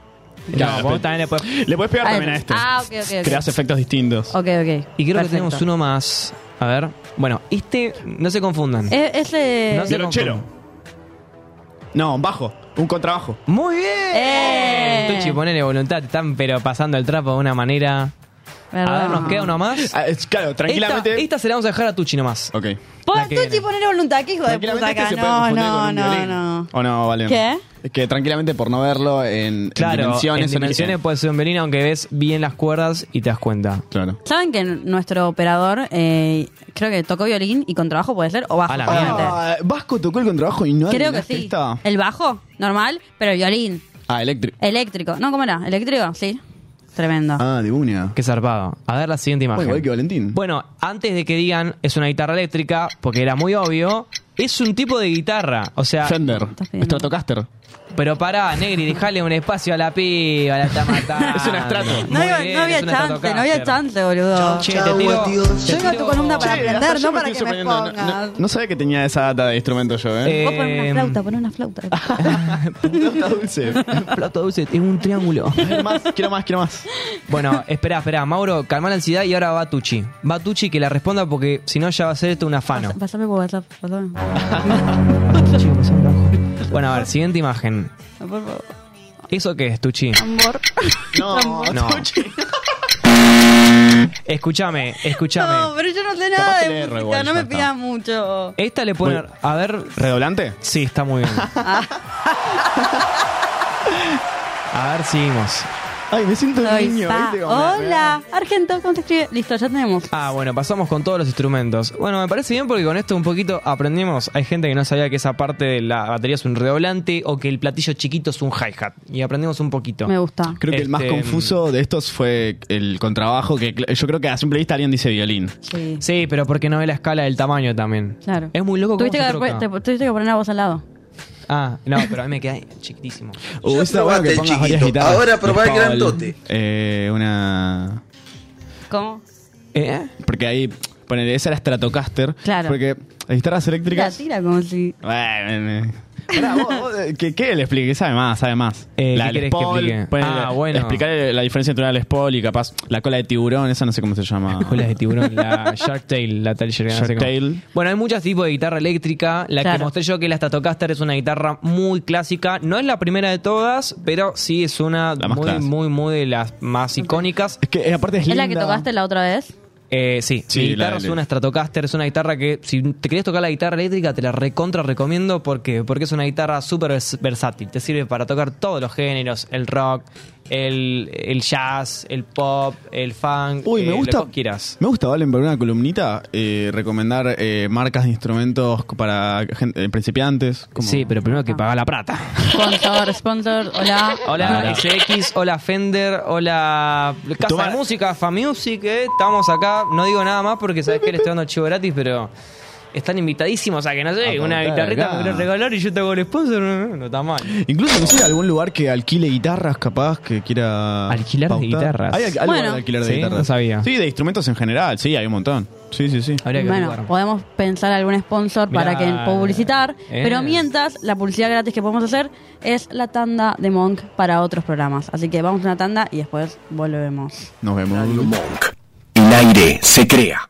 [SPEAKER 7] Claro,
[SPEAKER 6] vos
[SPEAKER 7] pe-
[SPEAKER 6] también le podés-
[SPEAKER 7] Le puedes pegar
[SPEAKER 5] Ah,
[SPEAKER 7] también a este.
[SPEAKER 5] ah, ok, ok, ok.
[SPEAKER 7] Creas efectos distintos.
[SPEAKER 5] Ok, ok.
[SPEAKER 6] Y creo que
[SPEAKER 5] Perfecto.
[SPEAKER 6] tenemos uno más. A ver. Bueno, este, no se confundan.
[SPEAKER 5] Eh, ese.
[SPEAKER 6] No sé-
[SPEAKER 7] Violonchelo. No, bajo. Un contrabajo.
[SPEAKER 6] Muy bien.
[SPEAKER 5] ¡Eh!
[SPEAKER 6] Tucci, ponele voluntad. Están pero pasando el trapo de una manera. A ver,
[SPEAKER 5] Perdón.
[SPEAKER 6] nos queda uno más.
[SPEAKER 7] Ah, es- claro, tranquilamente.
[SPEAKER 6] Esta, esta se la vamos a dejar a Tucci nomás.
[SPEAKER 7] Ok.
[SPEAKER 6] La
[SPEAKER 5] Pon
[SPEAKER 6] que
[SPEAKER 5] tu
[SPEAKER 6] viene.
[SPEAKER 5] tipo poner voluntad, que hijo de puta
[SPEAKER 7] Tranquilamente este
[SPEAKER 5] acá.
[SPEAKER 7] se puede
[SPEAKER 5] No,
[SPEAKER 7] confundir con
[SPEAKER 5] no,
[SPEAKER 7] un
[SPEAKER 5] no,
[SPEAKER 7] violín.
[SPEAKER 5] no.
[SPEAKER 7] O no, Valen.
[SPEAKER 5] ¿Qué?
[SPEAKER 7] Es que tranquilamente por no verlo en, en
[SPEAKER 6] Claro,
[SPEAKER 7] dimensiones.
[SPEAKER 6] en dimensiones puede ser un violín, aunque ves bien las cuerdas y te das cuenta.
[SPEAKER 7] Claro.
[SPEAKER 5] ¿Saben que nuestro operador eh, creo que tocó violín y con trabajo puede ser? ¿O bajo?
[SPEAKER 6] A la
[SPEAKER 5] obviamente.
[SPEAKER 7] Ah, Vasco tocó el contrabajo y no
[SPEAKER 5] creo que
[SPEAKER 7] adivinaste
[SPEAKER 5] sí.
[SPEAKER 7] esta.
[SPEAKER 5] El bajo, normal, pero el violín.
[SPEAKER 7] Ah, eléctrico.
[SPEAKER 5] Eléctrico. No, ¿cómo era? ¿Eléctrico? Sí. Tremendo.
[SPEAKER 7] Ah, de una.
[SPEAKER 6] Qué zarpado. A ver la siguiente imagen.
[SPEAKER 7] Bueno, igual que Valentín.
[SPEAKER 6] Bueno, antes de que digan es una guitarra eléctrica, porque era muy obvio, es un tipo de guitarra. O sea,
[SPEAKER 7] Fender.
[SPEAKER 5] Estás pidiendo.
[SPEAKER 7] Stratocaster.
[SPEAKER 6] pero pará, Negri, dejale un espacio a la piba, la está matando.
[SPEAKER 7] Es un estrato.
[SPEAKER 5] No,
[SPEAKER 6] Muy
[SPEAKER 5] había,
[SPEAKER 6] bien,
[SPEAKER 5] no había
[SPEAKER 6] es una
[SPEAKER 5] chance, no había
[SPEAKER 6] Stratocaster.
[SPEAKER 5] chance, boludo.
[SPEAKER 6] Che, te tiro- te
[SPEAKER 5] Yo iba a tu
[SPEAKER 6] tiro-
[SPEAKER 5] columna para
[SPEAKER 7] Che, hasta
[SPEAKER 5] aprender,
[SPEAKER 7] yo
[SPEAKER 5] no
[SPEAKER 7] me
[SPEAKER 5] para que
[SPEAKER 7] estoy
[SPEAKER 5] me
[SPEAKER 7] sorprendiendo. No-
[SPEAKER 5] pongas.
[SPEAKER 7] No, no sabía que tenía esa data de instrumento yo, ¿eh?
[SPEAKER 5] Vos ponés
[SPEAKER 6] Eh,
[SPEAKER 5] una flauta, ponés una flauta.
[SPEAKER 7] Flauta dulce.
[SPEAKER 6] Plato dulce, es un triángulo.
[SPEAKER 7] Quiero más, quiero más, quiero más.
[SPEAKER 6] Bueno, espera, espera, Mauro, calma la ansiedad y ahora va Tucci. Va Tucci que la responda porque si no ya va a ser esto un afano.
[SPEAKER 5] Pasame por WhatsApp, pasame.
[SPEAKER 6] Bueno, a ver, siguiente imagen.
[SPEAKER 5] Por favor.
[SPEAKER 6] ¿Eso qué es, Tucci?
[SPEAKER 5] Tambor.
[SPEAKER 7] No,
[SPEAKER 6] No.
[SPEAKER 7] Tucci.
[SPEAKER 6] Escúchame,
[SPEAKER 5] No,
[SPEAKER 6] escúchame.
[SPEAKER 5] pero yo no sé nada
[SPEAKER 7] que le
[SPEAKER 5] de
[SPEAKER 7] erro
[SPEAKER 5] música,
[SPEAKER 7] igual,
[SPEAKER 5] no
[SPEAKER 7] ya
[SPEAKER 5] me
[SPEAKER 7] está.
[SPEAKER 5] pidas mucho.
[SPEAKER 6] Esta le pone. A ver.
[SPEAKER 7] ¿Redoblante?
[SPEAKER 6] Sí, está muy bien. A ver, seguimos.
[SPEAKER 7] Ay, me siento un
[SPEAKER 5] Soy
[SPEAKER 7] niño.
[SPEAKER 5] fa-
[SPEAKER 7] ¿viste cómo me-
[SPEAKER 5] Hola, Argento, ¿cómo se escribe? Listo, ya tenemos.
[SPEAKER 6] Ah, bueno, pasamos con todos los instrumentos. Bueno, me parece bien porque con esto un poquito aprendimos. Hay gente que no sabía que esa parte de la batería es un redoblante o que el platillo chiquito es un hi-hat. Y aprendimos un poquito.
[SPEAKER 5] Me gusta.
[SPEAKER 7] Creo que el más
[SPEAKER 6] Este,
[SPEAKER 7] confuso de estos fue el contrabajo, que cl- yo creo que a simple vista alguien dice violín.
[SPEAKER 5] Sí.
[SPEAKER 6] Sí, pero porque no ve la escala del tamaño también.
[SPEAKER 5] Claro.
[SPEAKER 6] Es muy loco cómo
[SPEAKER 5] Tuviste
[SPEAKER 6] se
[SPEAKER 5] que,
[SPEAKER 6] troca.
[SPEAKER 5] te- tuviste que poner la voz al lado.
[SPEAKER 6] Ah, no, pero a mí me queda chiquitísimo.
[SPEAKER 7] O
[SPEAKER 10] Ya probaste
[SPEAKER 7] esa hueá que
[SPEAKER 10] el
[SPEAKER 7] pongas
[SPEAKER 10] chiquito,
[SPEAKER 7] varias guitarras.
[SPEAKER 10] ahora probá el
[SPEAKER 7] Paul,
[SPEAKER 10] grandote.
[SPEAKER 7] Eh, una...
[SPEAKER 5] ¿Cómo?
[SPEAKER 6] ¿Eh?
[SPEAKER 7] Porque ahí, ponele, esa era Stratocaster.
[SPEAKER 5] Claro.
[SPEAKER 7] Porque las guitarras
[SPEAKER 5] La
[SPEAKER 7] eléctricas...
[SPEAKER 5] tira como si.
[SPEAKER 7] Bueno, eh. Pará, vos- vos, eh, ¿qué, qué le explique? Sabe más, sabe más.
[SPEAKER 6] Eh,
[SPEAKER 7] la
[SPEAKER 6] ¿qué querés
[SPEAKER 7] Les
[SPEAKER 6] que
[SPEAKER 7] Paul,
[SPEAKER 6] explique?
[SPEAKER 7] ponele,
[SPEAKER 6] Ah, bueno.
[SPEAKER 7] Explicarle la diferencia entre una Les Paul y capaz la cola de tiburón, esa no sé cómo se llama.
[SPEAKER 6] Cola de tiburón, la Shark Tail, la Tail Shark, no sé
[SPEAKER 7] Shark
[SPEAKER 6] cómo.
[SPEAKER 7] Tale.
[SPEAKER 6] Bueno, hay muchos tipos de guitarra eléctrica. La que
[SPEAKER 5] Claro.
[SPEAKER 6] mostré yo, que es la Stratocaster, es una guitarra muy clásica. No es la primera de todas, pero sí es una
[SPEAKER 7] La más
[SPEAKER 6] muy,
[SPEAKER 7] clásica.
[SPEAKER 6] muy, muy de las más icónicas.
[SPEAKER 7] Es que eh, aparte es,
[SPEAKER 5] ¿Es la que
[SPEAKER 7] linda.
[SPEAKER 5] tocaste la otra vez?
[SPEAKER 6] Eh, sí,
[SPEAKER 7] Sí,
[SPEAKER 6] mi
[SPEAKER 7] la
[SPEAKER 6] guitarra
[SPEAKER 7] de
[SPEAKER 6] es
[SPEAKER 7] Led.
[SPEAKER 6] una Stratocaster, es una guitarra que si te querés tocar la guitarra eléctrica te la recontra recomiendo porque porque es una guitarra súper vers- versátil, te sirve para tocar todos los géneros, el rock, el, el jazz, el pop, el funk,
[SPEAKER 7] Uy, me
[SPEAKER 6] eh,
[SPEAKER 7] gusta.
[SPEAKER 6] lo que quieras.
[SPEAKER 7] Me gusta, Valen, por una columnita, eh, recomendar eh, marcas de instrumentos para gente- eh, principiantes. como-
[SPEAKER 6] Sí, pero primero que paga la plata.
[SPEAKER 5] Sponsor, sponsor, hola.
[SPEAKER 6] Hola
[SPEAKER 7] Hola.
[SPEAKER 6] SX, hola Fender, hola Casa
[SPEAKER 7] Toma-
[SPEAKER 6] de Música, Famusic, eh, estamos acá. No digo nada más porque sabés que le estoy dando chivo gratis, pero están invitadísimos a que no sé,
[SPEAKER 7] A
[SPEAKER 6] una
[SPEAKER 7] contar
[SPEAKER 6] guitarrita
[SPEAKER 7] Ah, acá.
[SPEAKER 6] me querés regalar y yo te hago el sponsor. No, no está mal.
[SPEAKER 7] Incluso no sé, algún lugar que alquile guitarras, capaz que quiera.
[SPEAKER 6] Alquilar de guitarras.
[SPEAKER 7] Hay al- algo
[SPEAKER 5] Bueno.
[SPEAKER 7] de alquiler de
[SPEAKER 6] Sí,
[SPEAKER 7] guitarras.
[SPEAKER 6] no sabía.
[SPEAKER 7] Sí, de instrumentos en general, sí, hay un montón. Sí, sí, sí.
[SPEAKER 6] Habría que
[SPEAKER 5] Bueno,
[SPEAKER 6] averiguar.
[SPEAKER 5] podemos pensar algún sponsor
[SPEAKER 6] Mirá,
[SPEAKER 5] para que publicitar,
[SPEAKER 6] eh.
[SPEAKER 5] pero mientras la publicidad gratis que podemos hacer es la tanda de Monk para otros programas. Así que vamos a una tanda y después volvemos.
[SPEAKER 7] Nos vemos.
[SPEAKER 1] Monk. El aire se crea.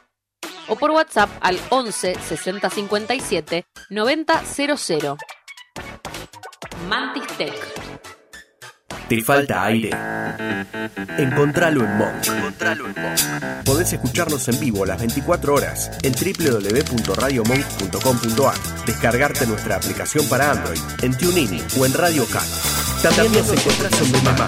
[SPEAKER 11] o por WhatsApp al 11 60 57 90 00. Mantis Tech.
[SPEAKER 1] Te falta aire. Encontralo en Monk. Podés escucharnos en vivo las 24 horas en www.radiomonk.com.ar. Descargarte nuestra aplicación para Android en TuneIn o en Radio Cat. También nos encontrás en Mamá.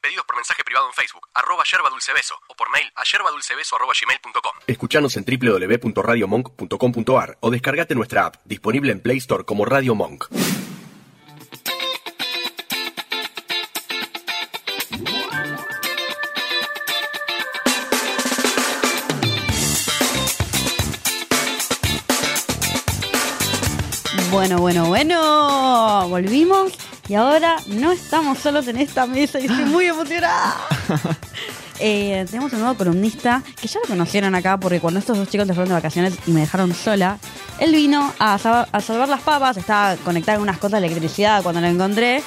[SPEAKER 1] Pedidos por mensaje privado en Facebook, arroba yerba dulce beso o por mail a yerbadulcebeso arroba gmail.com. Escuchanos en www.radiomonk.com.ar o descargate nuestra app, disponible en Play Store como Radio Monk.
[SPEAKER 5] Bueno, bueno, bueno. Volvimos y ahora no estamos solos en esta mesa y estoy muy emocionada. Eh, tenemos un nuevo columnista que ya lo conocieron acá porque cuando estos dos chicos se fueron de vacaciones y me dejaron sola, él vino a, sal- a salvar las papas, estaba conectado en unas cosas de electricidad cuando lo encontré.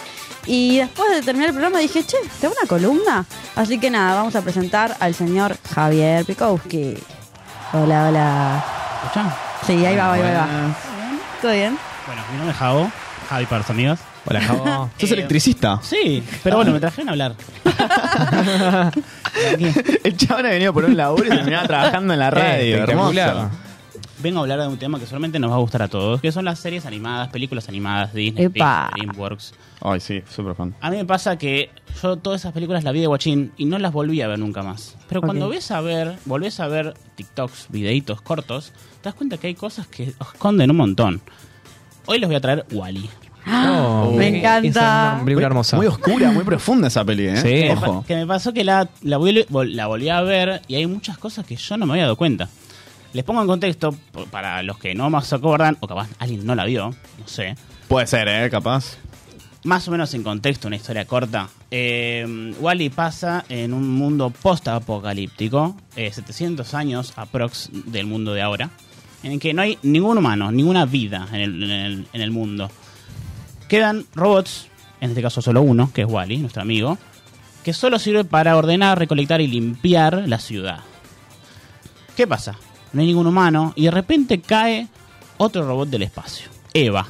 [SPEAKER 5] Y después de terminar el programa dije, che, ¿tengo una columna? Así que nada, vamos a presentar al señor Javier Pikowski. Hola, hola. Sí, ahí va, ahí va, ahí va. ¿Todo bien?
[SPEAKER 9] Bueno, mi nombre es Javo, Javi para los amigos.
[SPEAKER 6] Hola, Javo.
[SPEAKER 7] ¿Sos electricista?
[SPEAKER 9] Sí, pero bueno, me trajeron a hablar. Tranqui.
[SPEAKER 7] El chabón ha venido por un laburo y terminaba trabajando en la radio.
[SPEAKER 6] espectacular.
[SPEAKER 7] hermoso.
[SPEAKER 9] Vengo a hablar de un tema que solamente nos va a gustar a todos, que son las series animadas, películas animadas, Disney,
[SPEAKER 5] Epa.
[SPEAKER 9] Pixar, DreamWorks.
[SPEAKER 7] Ay, sí, súper fan.
[SPEAKER 9] A mí me pasa que yo todas esas películas las vi de guachín y no las volví a ver nunca más. Pero
[SPEAKER 5] Ok.
[SPEAKER 9] cuando ves a ver, volvés a ver TikToks, videitos cortos, te das cuenta que hay cosas que esconden un montón. Hoy les voy a traer Wally.
[SPEAKER 7] Oh.
[SPEAKER 5] Me
[SPEAKER 6] Esa es
[SPEAKER 5] encanta.
[SPEAKER 6] una película hermosa.
[SPEAKER 7] Muy oscura, muy profunda esa peli, ¿eh?
[SPEAKER 6] Sí.
[SPEAKER 10] Que me pa-
[SPEAKER 7] Ojo.
[SPEAKER 10] Que me pasó que la, la, volví, vol- la volví a ver y hay muchas cosas que yo no me había dado cuenta. Les pongo en contexto, p- para los que no más acuerdan, o capaz alguien no la vio, no sé.
[SPEAKER 7] Puede ser, ¿eh? Capaz.
[SPEAKER 10] Más o menos en contexto, una historia corta. Eh, Wally pasa en un mundo post-apocalíptico, eh, 700 años aprox del mundo de ahora, en que no hay ningún humano, ninguna vida en el, en el- en el mundo. Quedan robots, en este caso solo uno, que es Wally, nuestro amigo, que solo sirve para ordenar, recolectar y limpiar la ciudad. ¿Qué pasa? No hay ningún humano y de repente cae otro robot del espacio, Eva,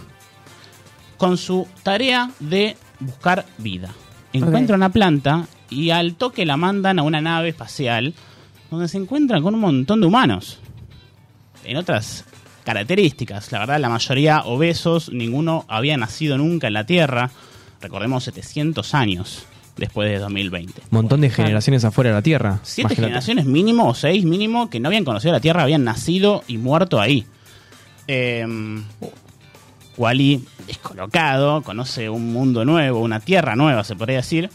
[SPEAKER 10] con su tarea de buscar vida. Encuentra una planta y al toque la mandan a una nave espacial donde se encuentran con un montón de humanos. En otras características, la verdad la mayoría obesos, ninguno había nacido nunca en la Tierra, recordemos 700 años después de 2020.
[SPEAKER 6] Montón de generaciones afuera de la Tierra.
[SPEAKER 10] Siete
[SPEAKER 6] Imagínate.
[SPEAKER 10] generaciones mínimo o seis mínimo que no habían conocido la Tierra, habían nacido y muerto ahí. Eh, Wally, descolocado, conoce un mundo nuevo, una Tierra nueva, se podría decir.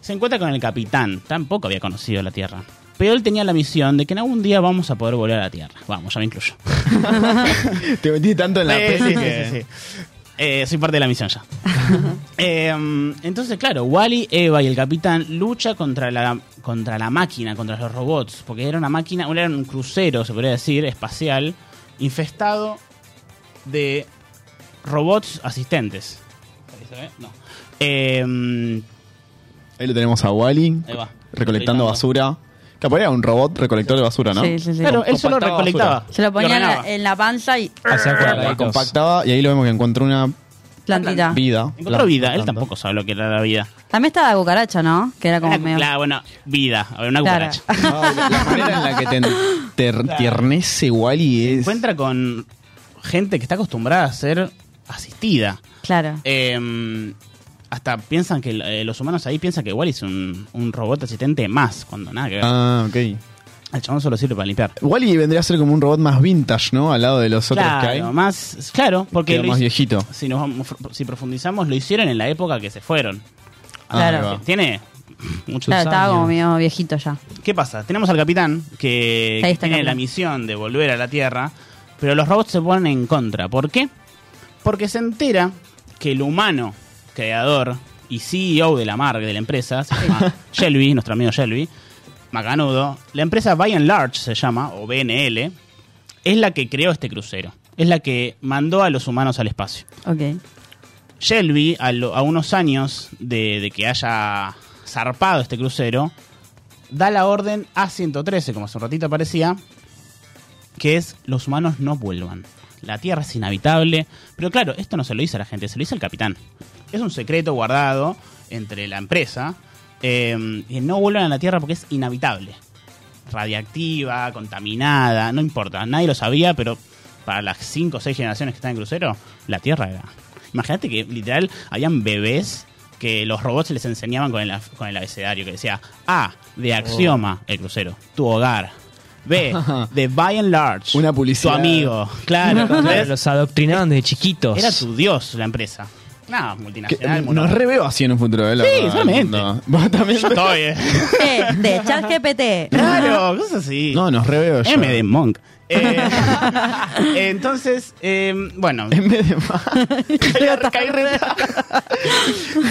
[SPEAKER 10] Se encuentra con el capitán, tampoco había conocido la Tierra. Pero él tenía la misión de que en algún día vamos a poder volver a la Tierra. Vamos, ya me incluyo.
[SPEAKER 7] Te metí tanto en la
[SPEAKER 10] Sí,
[SPEAKER 7] peli
[SPEAKER 10] sí,
[SPEAKER 7] que-
[SPEAKER 10] sí, sí, sí. Eh, soy parte de la misión ya. Eh, entonces, claro, Wally, Eva y el capitán lucha contra la, contra la máquina, contra los robots, porque era una máquina, era un crucero, se podría decir, espacial, infestado de robots asistentes. Ahí se ve, No. Eh,
[SPEAKER 7] Ahí lo tenemos a Wally
[SPEAKER 10] Ahí va.
[SPEAKER 7] recolectando basura. Capaz era un robot recolector de basura, ¿no?
[SPEAKER 5] Sí, sí, sí.
[SPEAKER 10] claro, él solo
[SPEAKER 7] Compactaba
[SPEAKER 10] recolectaba.
[SPEAKER 5] Se lo ponía en
[SPEAKER 10] ordenaba.
[SPEAKER 5] la, en la panza y
[SPEAKER 6] Hacía
[SPEAKER 7] La
[SPEAKER 6] cuadraditos.
[SPEAKER 7] compactaba y ahí lo vemos que encontró una
[SPEAKER 5] plantita.
[SPEAKER 7] Ah. vida.
[SPEAKER 10] Encontró vida, él tampoco sabe lo que era la vida.
[SPEAKER 5] También estaba la cucaracha, ¿no? Que era como
[SPEAKER 10] Era,
[SPEAKER 5] medio.
[SPEAKER 10] claro, bueno, vida, a ver, una
[SPEAKER 5] Claro.
[SPEAKER 10] cucaracha.
[SPEAKER 7] Ah, la- la manera en la que te en- ter- tiernece Wally es.
[SPEAKER 10] encuentra con gente que está acostumbrada a ser asistida.
[SPEAKER 5] Claro.
[SPEAKER 10] Eh, hasta piensan que eh, los humanos ahí piensan que Wally es un, un robot asistente más, cuando nada que ver.
[SPEAKER 7] Ah, ok.
[SPEAKER 10] El chabón solo sirve para limpiar.
[SPEAKER 7] Wally vendría a ser como un robot más vintage, ¿no? Al lado de los otros que hay.
[SPEAKER 10] Claro, más, claro, porque
[SPEAKER 7] Pero
[SPEAKER 10] lo
[SPEAKER 7] más
[SPEAKER 10] hic-
[SPEAKER 7] viejito.
[SPEAKER 10] si, nos vamos- si profundizamos, lo hicieron en la época que se fueron.
[SPEAKER 7] Ah, ahí
[SPEAKER 5] Claro.
[SPEAKER 7] va.
[SPEAKER 10] Tiene muchos
[SPEAKER 5] Claro, estaba
[SPEAKER 10] años.
[SPEAKER 5] como medio viejito ya.
[SPEAKER 10] ¿Qué pasa? Tenemos al capitán que
[SPEAKER 5] Ahí está el
[SPEAKER 10] tiene
[SPEAKER 5] capitán.
[SPEAKER 10] la misión de volver a la Tierra, pero los robots se ponen en contra. ¿Por qué? Porque se entera que el humano creador y CEO de la marca, de la empresa, se llama Shelby, nuestro amigo Shelby, Macanudo, la empresa By and Large se llama, o BNL, es la que creó este crucero. Es la que mandó a los humanos al espacio.
[SPEAKER 5] Ok.
[SPEAKER 10] Shelby, a, lo- a unos años de, de que haya zarpado este crucero, da la orden A113, como hace un ratito parecía, que es los humanos no vuelvan. La Tierra es inhabitable, pero claro, esto no se lo dice a la gente, se lo dice al capitán. Es un secreto guardado entre la empresa, eh, que no vuelvan a la Tierra porque es inhabitable. Radiactiva, contaminada, no importa, nadie lo sabía, pero para las 5 o 6 generaciones que están en crucero, la Tierra era... Imagínate que literal habían bebés que los robots les enseñaban con el, af- con el abecedario, que decía A,
[SPEAKER 7] Oh.
[SPEAKER 10] de axioma, el crucero, tu hogar. B, de by and large.
[SPEAKER 7] Una publicidad.
[SPEAKER 10] Tu amigo, claro.
[SPEAKER 6] Claro,
[SPEAKER 10] ¿entendés?
[SPEAKER 6] Los adoctrinaban desde chiquitos.
[SPEAKER 10] Era tu dios la empresa. Nada,
[SPEAKER 7] Que- eh,
[SPEAKER 10] multinacional.
[SPEAKER 7] nos
[SPEAKER 10] mono-
[SPEAKER 7] reveo así en un futuro, ¿eh? La
[SPEAKER 10] Sí,
[SPEAKER 7] verdad.
[SPEAKER 10] solamente.
[SPEAKER 7] No. Vos también.
[SPEAKER 10] Yo estoy, eh.
[SPEAKER 5] Eh, de ChatGPT.
[SPEAKER 10] Claro, cosas así.
[SPEAKER 7] No, nos reveo yo.
[SPEAKER 10] M de Monk. Eh, entonces, eh, bueno.
[SPEAKER 7] M de más.
[SPEAKER 10] Caí re-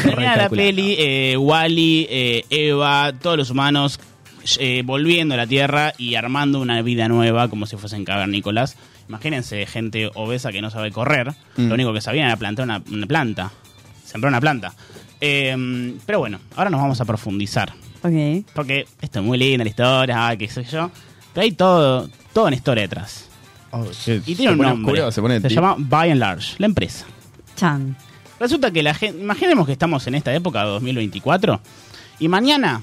[SPEAKER 10] Termina la peli, eh, Wally, eh, Eva, todos los humanos eh, volviendo a la Tierra y armando una vida nueva como si fuesen cavernícolas. Imagínense gente obesa que no sabe correr. Lo único que sabían era plantar una, una planta. Sembrar una planta. Eh, pero bueno, ahora nos vamos a profundizar.
[SPEAKER 5] Ok.
[SPEAKER 10] Porque esto es muy lindo, la historia, ah, qué sé yo. Pero hay todo, todo una historia detrás. Oh, Y tiene
[SPEAKER 7] se
[SPEAKER 10] un
[SPEAKER 7] pone
[SPEAKER 10] nombre.
[SPEAKER 7] oscuro, se pone
[SPEAKER 10] llama By and Large, la empresa.
[SPEAKER 5] Chan.
[SPEAKER 10] Resulta que la gente. Imaginemos que estamos en esta época, 2024, y mañana.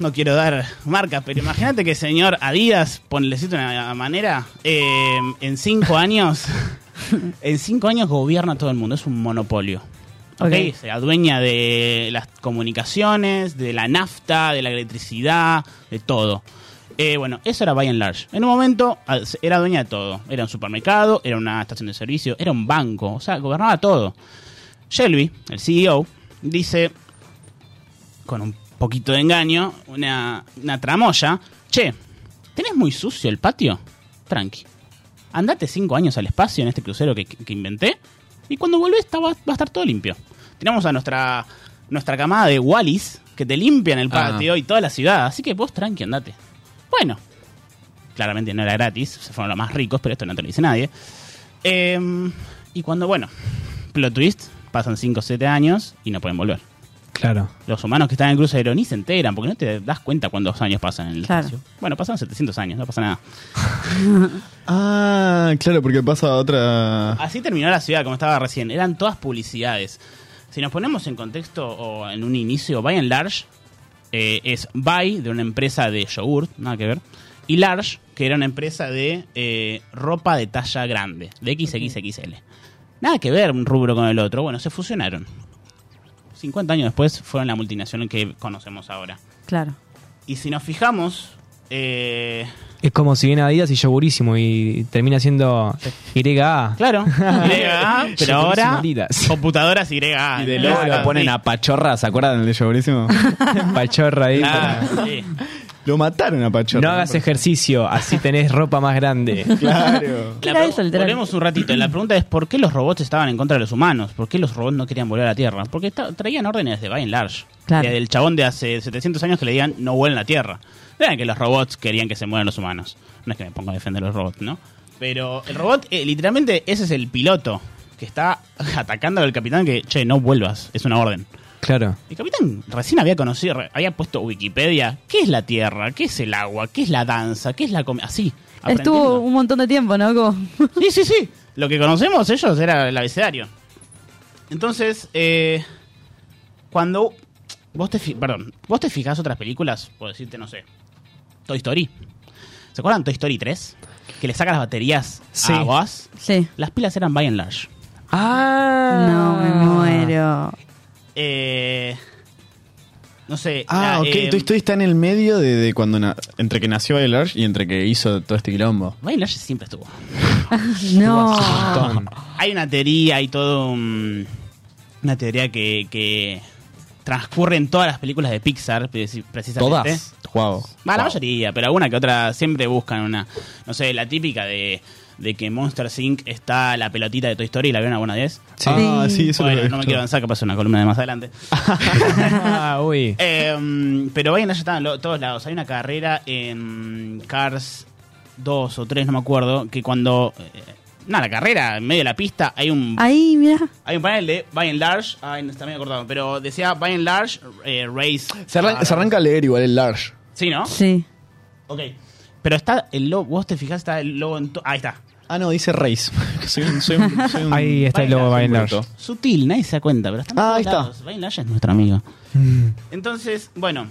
[SPEAKER 10] No quiero dar marcas, pero imagínate que señor Adidas, ponlecito de una manera, eh, en cinco años. En cinco años gobierna todo el mundo, es un monopolio. ¿ok?
[SPEAKER 5] Ok.
[SPEAKER 10] Se adueña de las comunicaciones, de la nafta, de la electricidad, de todo. Eh, bueno, eso era by and large. En un momento ah, se- era dueña de todo. Era un supermercado, era una estación de servicio, era un banco. O sea, gobernaba todo. Shelby, el CEO, dice, con un poquito de engaño, una, una tramoya. Che, ¿tenés muy sucio el patio? Tranqui. Andate cinco años al espacio en este crucero que, que inventé y cuando volvés está- va, va a estar todo limpio. Tenemos a nuestra, nuestra camada de Wallis que te limpian el
[SPEAKER 6] Ah.
[SPEAKER 10] patio y toda la ciudad. Así que vos tranqui, andate. Bueno, claramente no era gratis, se fueron los más ricos, pero esto no te lo dice nadie. Em, y cuando, bueno, plot twist, pasan 5 o 7 años y no pueden volver.
[SPEAKER 6] Claro.
[SPEAKER 10] Los humanos que están en el crucero ni se enteran porque no te das cuenta cuántos años pasan en el
[SPEAKER 5] Claro.
[SPEAKER 10] espacio. Bueno, pasan 700 años, no pasa nada.
[SPEAKER 7] Ah, claro, porque pasa a otra.
[SPEAKER 10] Así terminó la ciudad, como estaba recién. Eran todas publicidades. Si nos ponemos en contexto o en un inicio, by and large eh, es by de una empresa de yogurt, nada que ver, y large, que era una empresa de eh, ropa de talla grande, de XXXL. Nada que ver un rubro con el otro. Bueno, se fusionaron. 50 años después fueron la multinacional que conocemos ahora.
[SPEAKER 5] Claro.
[SPEAKER 10] Y si nos fijamos, eh,
[SPEAKER 6] Es como si viene Adidas y yogurísimo y termina siendo YA.
[SPEAKER 10] Claro. YA, pero
[SPEAKER 6] Yogurísimo
[SPEAKER 10] ahora
[SPEAKER 6] Adidas.
[SPEAKER 10] computadoras YA.
[SPEAKER 7] Y de luego lo ponen a Pachorra, ¿se acuerdan del de Yogurísimo?
[SPEAKER 6] Pachorra ahí.
[SPEAKER 10] Ah, sí.
[SPEAKER 7] Lo mataron a Pachorra.
[SPEAKER 6] No hagas ejercicio, así tenés ropa más grande.
[SPEAKER 7] Claro.
[SPEAKER 10] La pre- Volvemos un ratito. La pregunta es: ¿por qué los robots estaban en contra de los humanos? ¿Por qué los robots no querían volver a la Tierra? Porque ta- traían órdenes de by and large.
[SPEAKER 5] Claro.
[SPEAKER 10] De- Del chabón de hace 700 años que le digan no vuelven a la Tierra. Vean que los robots querían que se mueran los humanos. No es que me ponga a defender a los robots, ¿no? Pero el robot, eh, literalmente, ese es el piloto que está atacando al capitán que, che, no vuelvas, es una orden.
[SPEAKER 6] Claro.
[SPEAKER 10] El capitán recién había conocido, re- había puesto Wikipedia, ¿qué es la Tierra? ¿Qué es el agua? ¿Qué es la danza? ¿Qué es la comida? Así.
[SPEAKER 5] Estuvo un montón de tiempo, ¿no? Como-
[SPEAKER 10] Sí, sí, sí. Lo que conocemos ellos era el abecedario. Entonces, eh, cuando vos te, fi- perdón, vos te fijás otras películas, por decirte, no sé, Toy Story. ¿Se acuerdan Toy Story 3? Que le saca las baterías
[SPEAKER 6] Sí.
[SPEAKER 10] a Buzz.
[SPEAKER 5] Sí.
[SPEAKER 10] Las pilas eran by and large.
[SPEAKER 6] Ah.
[SPEAKER 5] No, me muero.
[SPEAKER 10] Eh, no sé.
[SPEAKER 7] Ah,
[SPEAKER 10] la,
[SPEAKER 7] ok.
[SPEAKER 10] eh,
[SPEAKER 7] Toy Story está en el medio de, de cuando na- entre que nació Bail Large y entre que hizo todo este quilombo.
[SPEAKER 10] By and large siempre estuvo.
[SPEAKER 5] No.
[SPEAKER 10] Hay una teoría, hay todo un- una teoría que, que transcurre en todas las películas de Pixar, preci- precisamente.
[SPEAKER 7] Todas. Wow.
[SPEAKER 10] Va, la mayoría, pero alguna que otra siempre buscan una. No sé, la típica de, de que Monster Inc. está la pelotita de Toy Story, ¿la vieron alguna vez?
[SPEAKER 6] Sí.
[SPEAKER 7] Ah, sí, eso
[SPEAKER 10] Bueno,
[SPEAKER 7] lo he
[SPEAKER 10] no me
[SPEAKER 7] visto.
[SPEAKER 10] quiero avanzar, que pasa una columna de más adelante.
[SPEAKER 6] Ah, uy.
[SPEAKER 10] Eh, pero vayan allá, están en lo- todos lados. Hay una carrera en Cars 2 o 3, no me acuerdo, que cuando. eh, nada, la carrera, en medio de la pista, hay un
[SPEAKER 5] Ahí, mira.
[SPEAKER 10] Hay un panel de By and Large. Ay, no, está medio cortado. Pero decía By and Large eh, Race.
[SPEAKER 7] Se, arran- se arranca a leer igual el Large.
[SPEAKER 10] Sí, ¿no?
[SPEAKER 5] Sí.
[SPEAKER 10] Ok. Pero está el logo. Vos te fijás, está el logo en. to- Ahí está.
[SPEAKER 7] Ah, no, dice Race. soy un, soy un- soy un-
[SPEAKER 6] Ahí está el logo By and Large.
[SPEAKER 10] Sutil, nadie se da cuenta, pero está en
[SPEAKER 7] Ah,
[SPEAKER 10] todos
[SPEAKER 7] ahí está.
[SPEAKER 10] lados. By and Large es nuestro amigo. Entonces, bueno.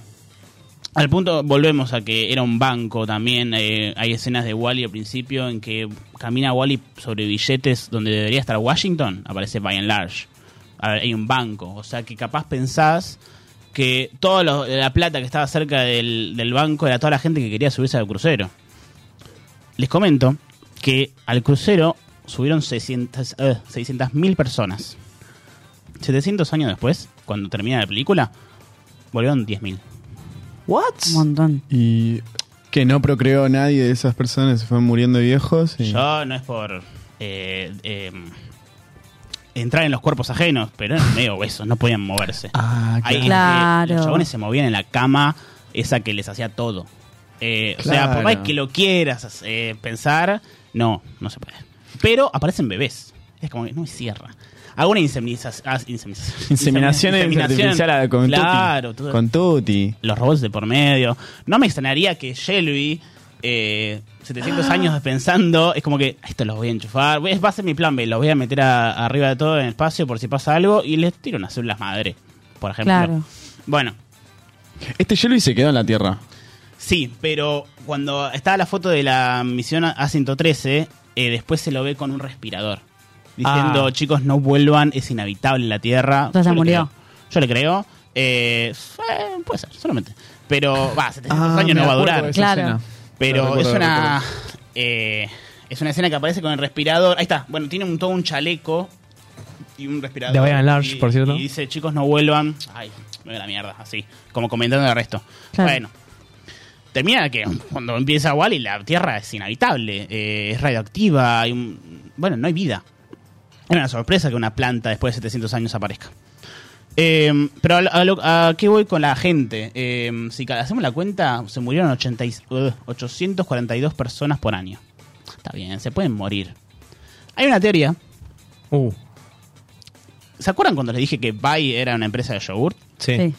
[SPEAKER 10] Al punto, volvemos a que era un banco también. eh, hay escenas de Wally al principio en que camina Wally sobre billetes donde debería estar Washington. Aparece by and large. A ver, hay un banco. O sea que capaz pensás que toda lo- la plata que estaba cerca del, del banco era toda la gente que quería subirse al crucero. Les comento que al crucero subieron 600 eh, 600.000 personas. 700 años después, cuando termina la película, volvieron 10.000.
[SPEAKER 7] ¿What?
[SPEAKER 5] Un montón.
[SPEAKER 7] Y que no procreó nadie de esas personas, se fueron muriendo de viejos. y-
[SPEAKER 10] Yo no es por eh, eh, entrar en los cuerpos ajenos, pero eran medio obesos, no podían moverse.
[SPEAKER 7] Ah,
[SPEAKER 10] Ahí,
[SPEAKER 7] claro.
[SPEAKER 5] Claro.
[SPEAKER 10] eh, los chabones se movían en la cama, esa que les hacía todo. Eh, O sea,
[SPEAKER 7] Claro.
[SPEAKER 10] por más que lo quieras eh, pensar, no, no se puede. Pero aparecen bebés. Es como que no me cierra. Alguna ah, indemnización.
[SPEAKER 7] Inseminación, artificial a- con
[SPEAKER 10] Claro,
[SPEAKER 7] Tutti.
[SPEAKER 10] todo-
[SPEAKER 7] Con Tutti.
[SPEAKER 10] los robots de por medio. No me extrañaría que Shelby, eh, 700 años pensando, es como que esto los voy a enchufar. voy- Va a ser mi plan B, los voy a meter a- arriba de todo en el espacio por si pasa algo y les tiro unas células madre, por ejemplo.
[SPEAKER 5] Claro.
[SPEAKER 10] Bueno,
[SPEAKER 7] Este Yellow se quedó en la Tierra.
[SPEAKER 10] sí, pero cuando estaba la foto de la misión A113, eh, después se lo ve con un respirador. Diciendo,
[SPEAKER 6] Ah.
[SPEAKER 10] chicos, no vuelvan, es inhabitable la Tierra.
[SPEAKER 5] Ya se
[SPEAKER 10] Yo le
[SPEAKER 5] murió.
[SPEAKER 10] creo. Yo le creo. Eh, eh, puede ser, solamente. Pero, va, 700
[SPEAKER 7] Ah,
[SPEAKER 10] años
[SPEAKER 7] me
[SPEAKER 10] no va a
[SPEAKER 7] acuerdo
[SPEAKER 10] durar.
[SPEAKER 7] de esa Claro. escena.
[SPEAKER 10] Pero
[SPEAKER 7] Me
[SPEAKER 10] es
[SPEAKER 7] acuerdo, me
[SPEAKER 10] una.
[SPEAKER 7] acuerdo.
[SPEAKER 10] eh, es una escena que aparece con el respirador. Ahí está. Bueno, tiene un, todo un chaleco y un respirador.
[SPEAKER 6] De Bayern Large,
[SPEAKER 10] Y-
[SPEAKER 6] por cierto.
[SPEAKER 10] Y dice, chicos, no vuelvan. Ay, me voy a la mierda. Así. Como comentando el resto.
[SPEAKER 6] Claro.
[SPEAKER 10] Bueno. Termina que cuando empieza Wally la Tierra es inhabitable, eh, es radioactiva, hay un- bueno, no hay vida. Era una sorpresa que una planta después de 700 años aparezca. Eh, pero a, lo- a lo- a qué voy con la gente? Eh, si ca- hacemos la cuenta, se murieron 80 y- uh, 842 personas por año. Está bien, se pueden morir. Hay una teoría.
[SPEAKER 6] Uh,
[SPEAKER 10] ¿Se acuerdan cuando les dije que Bay era una empresa de yogurt?
[SPEAKER 6] Sí.
[SPEAKER 5] Sí.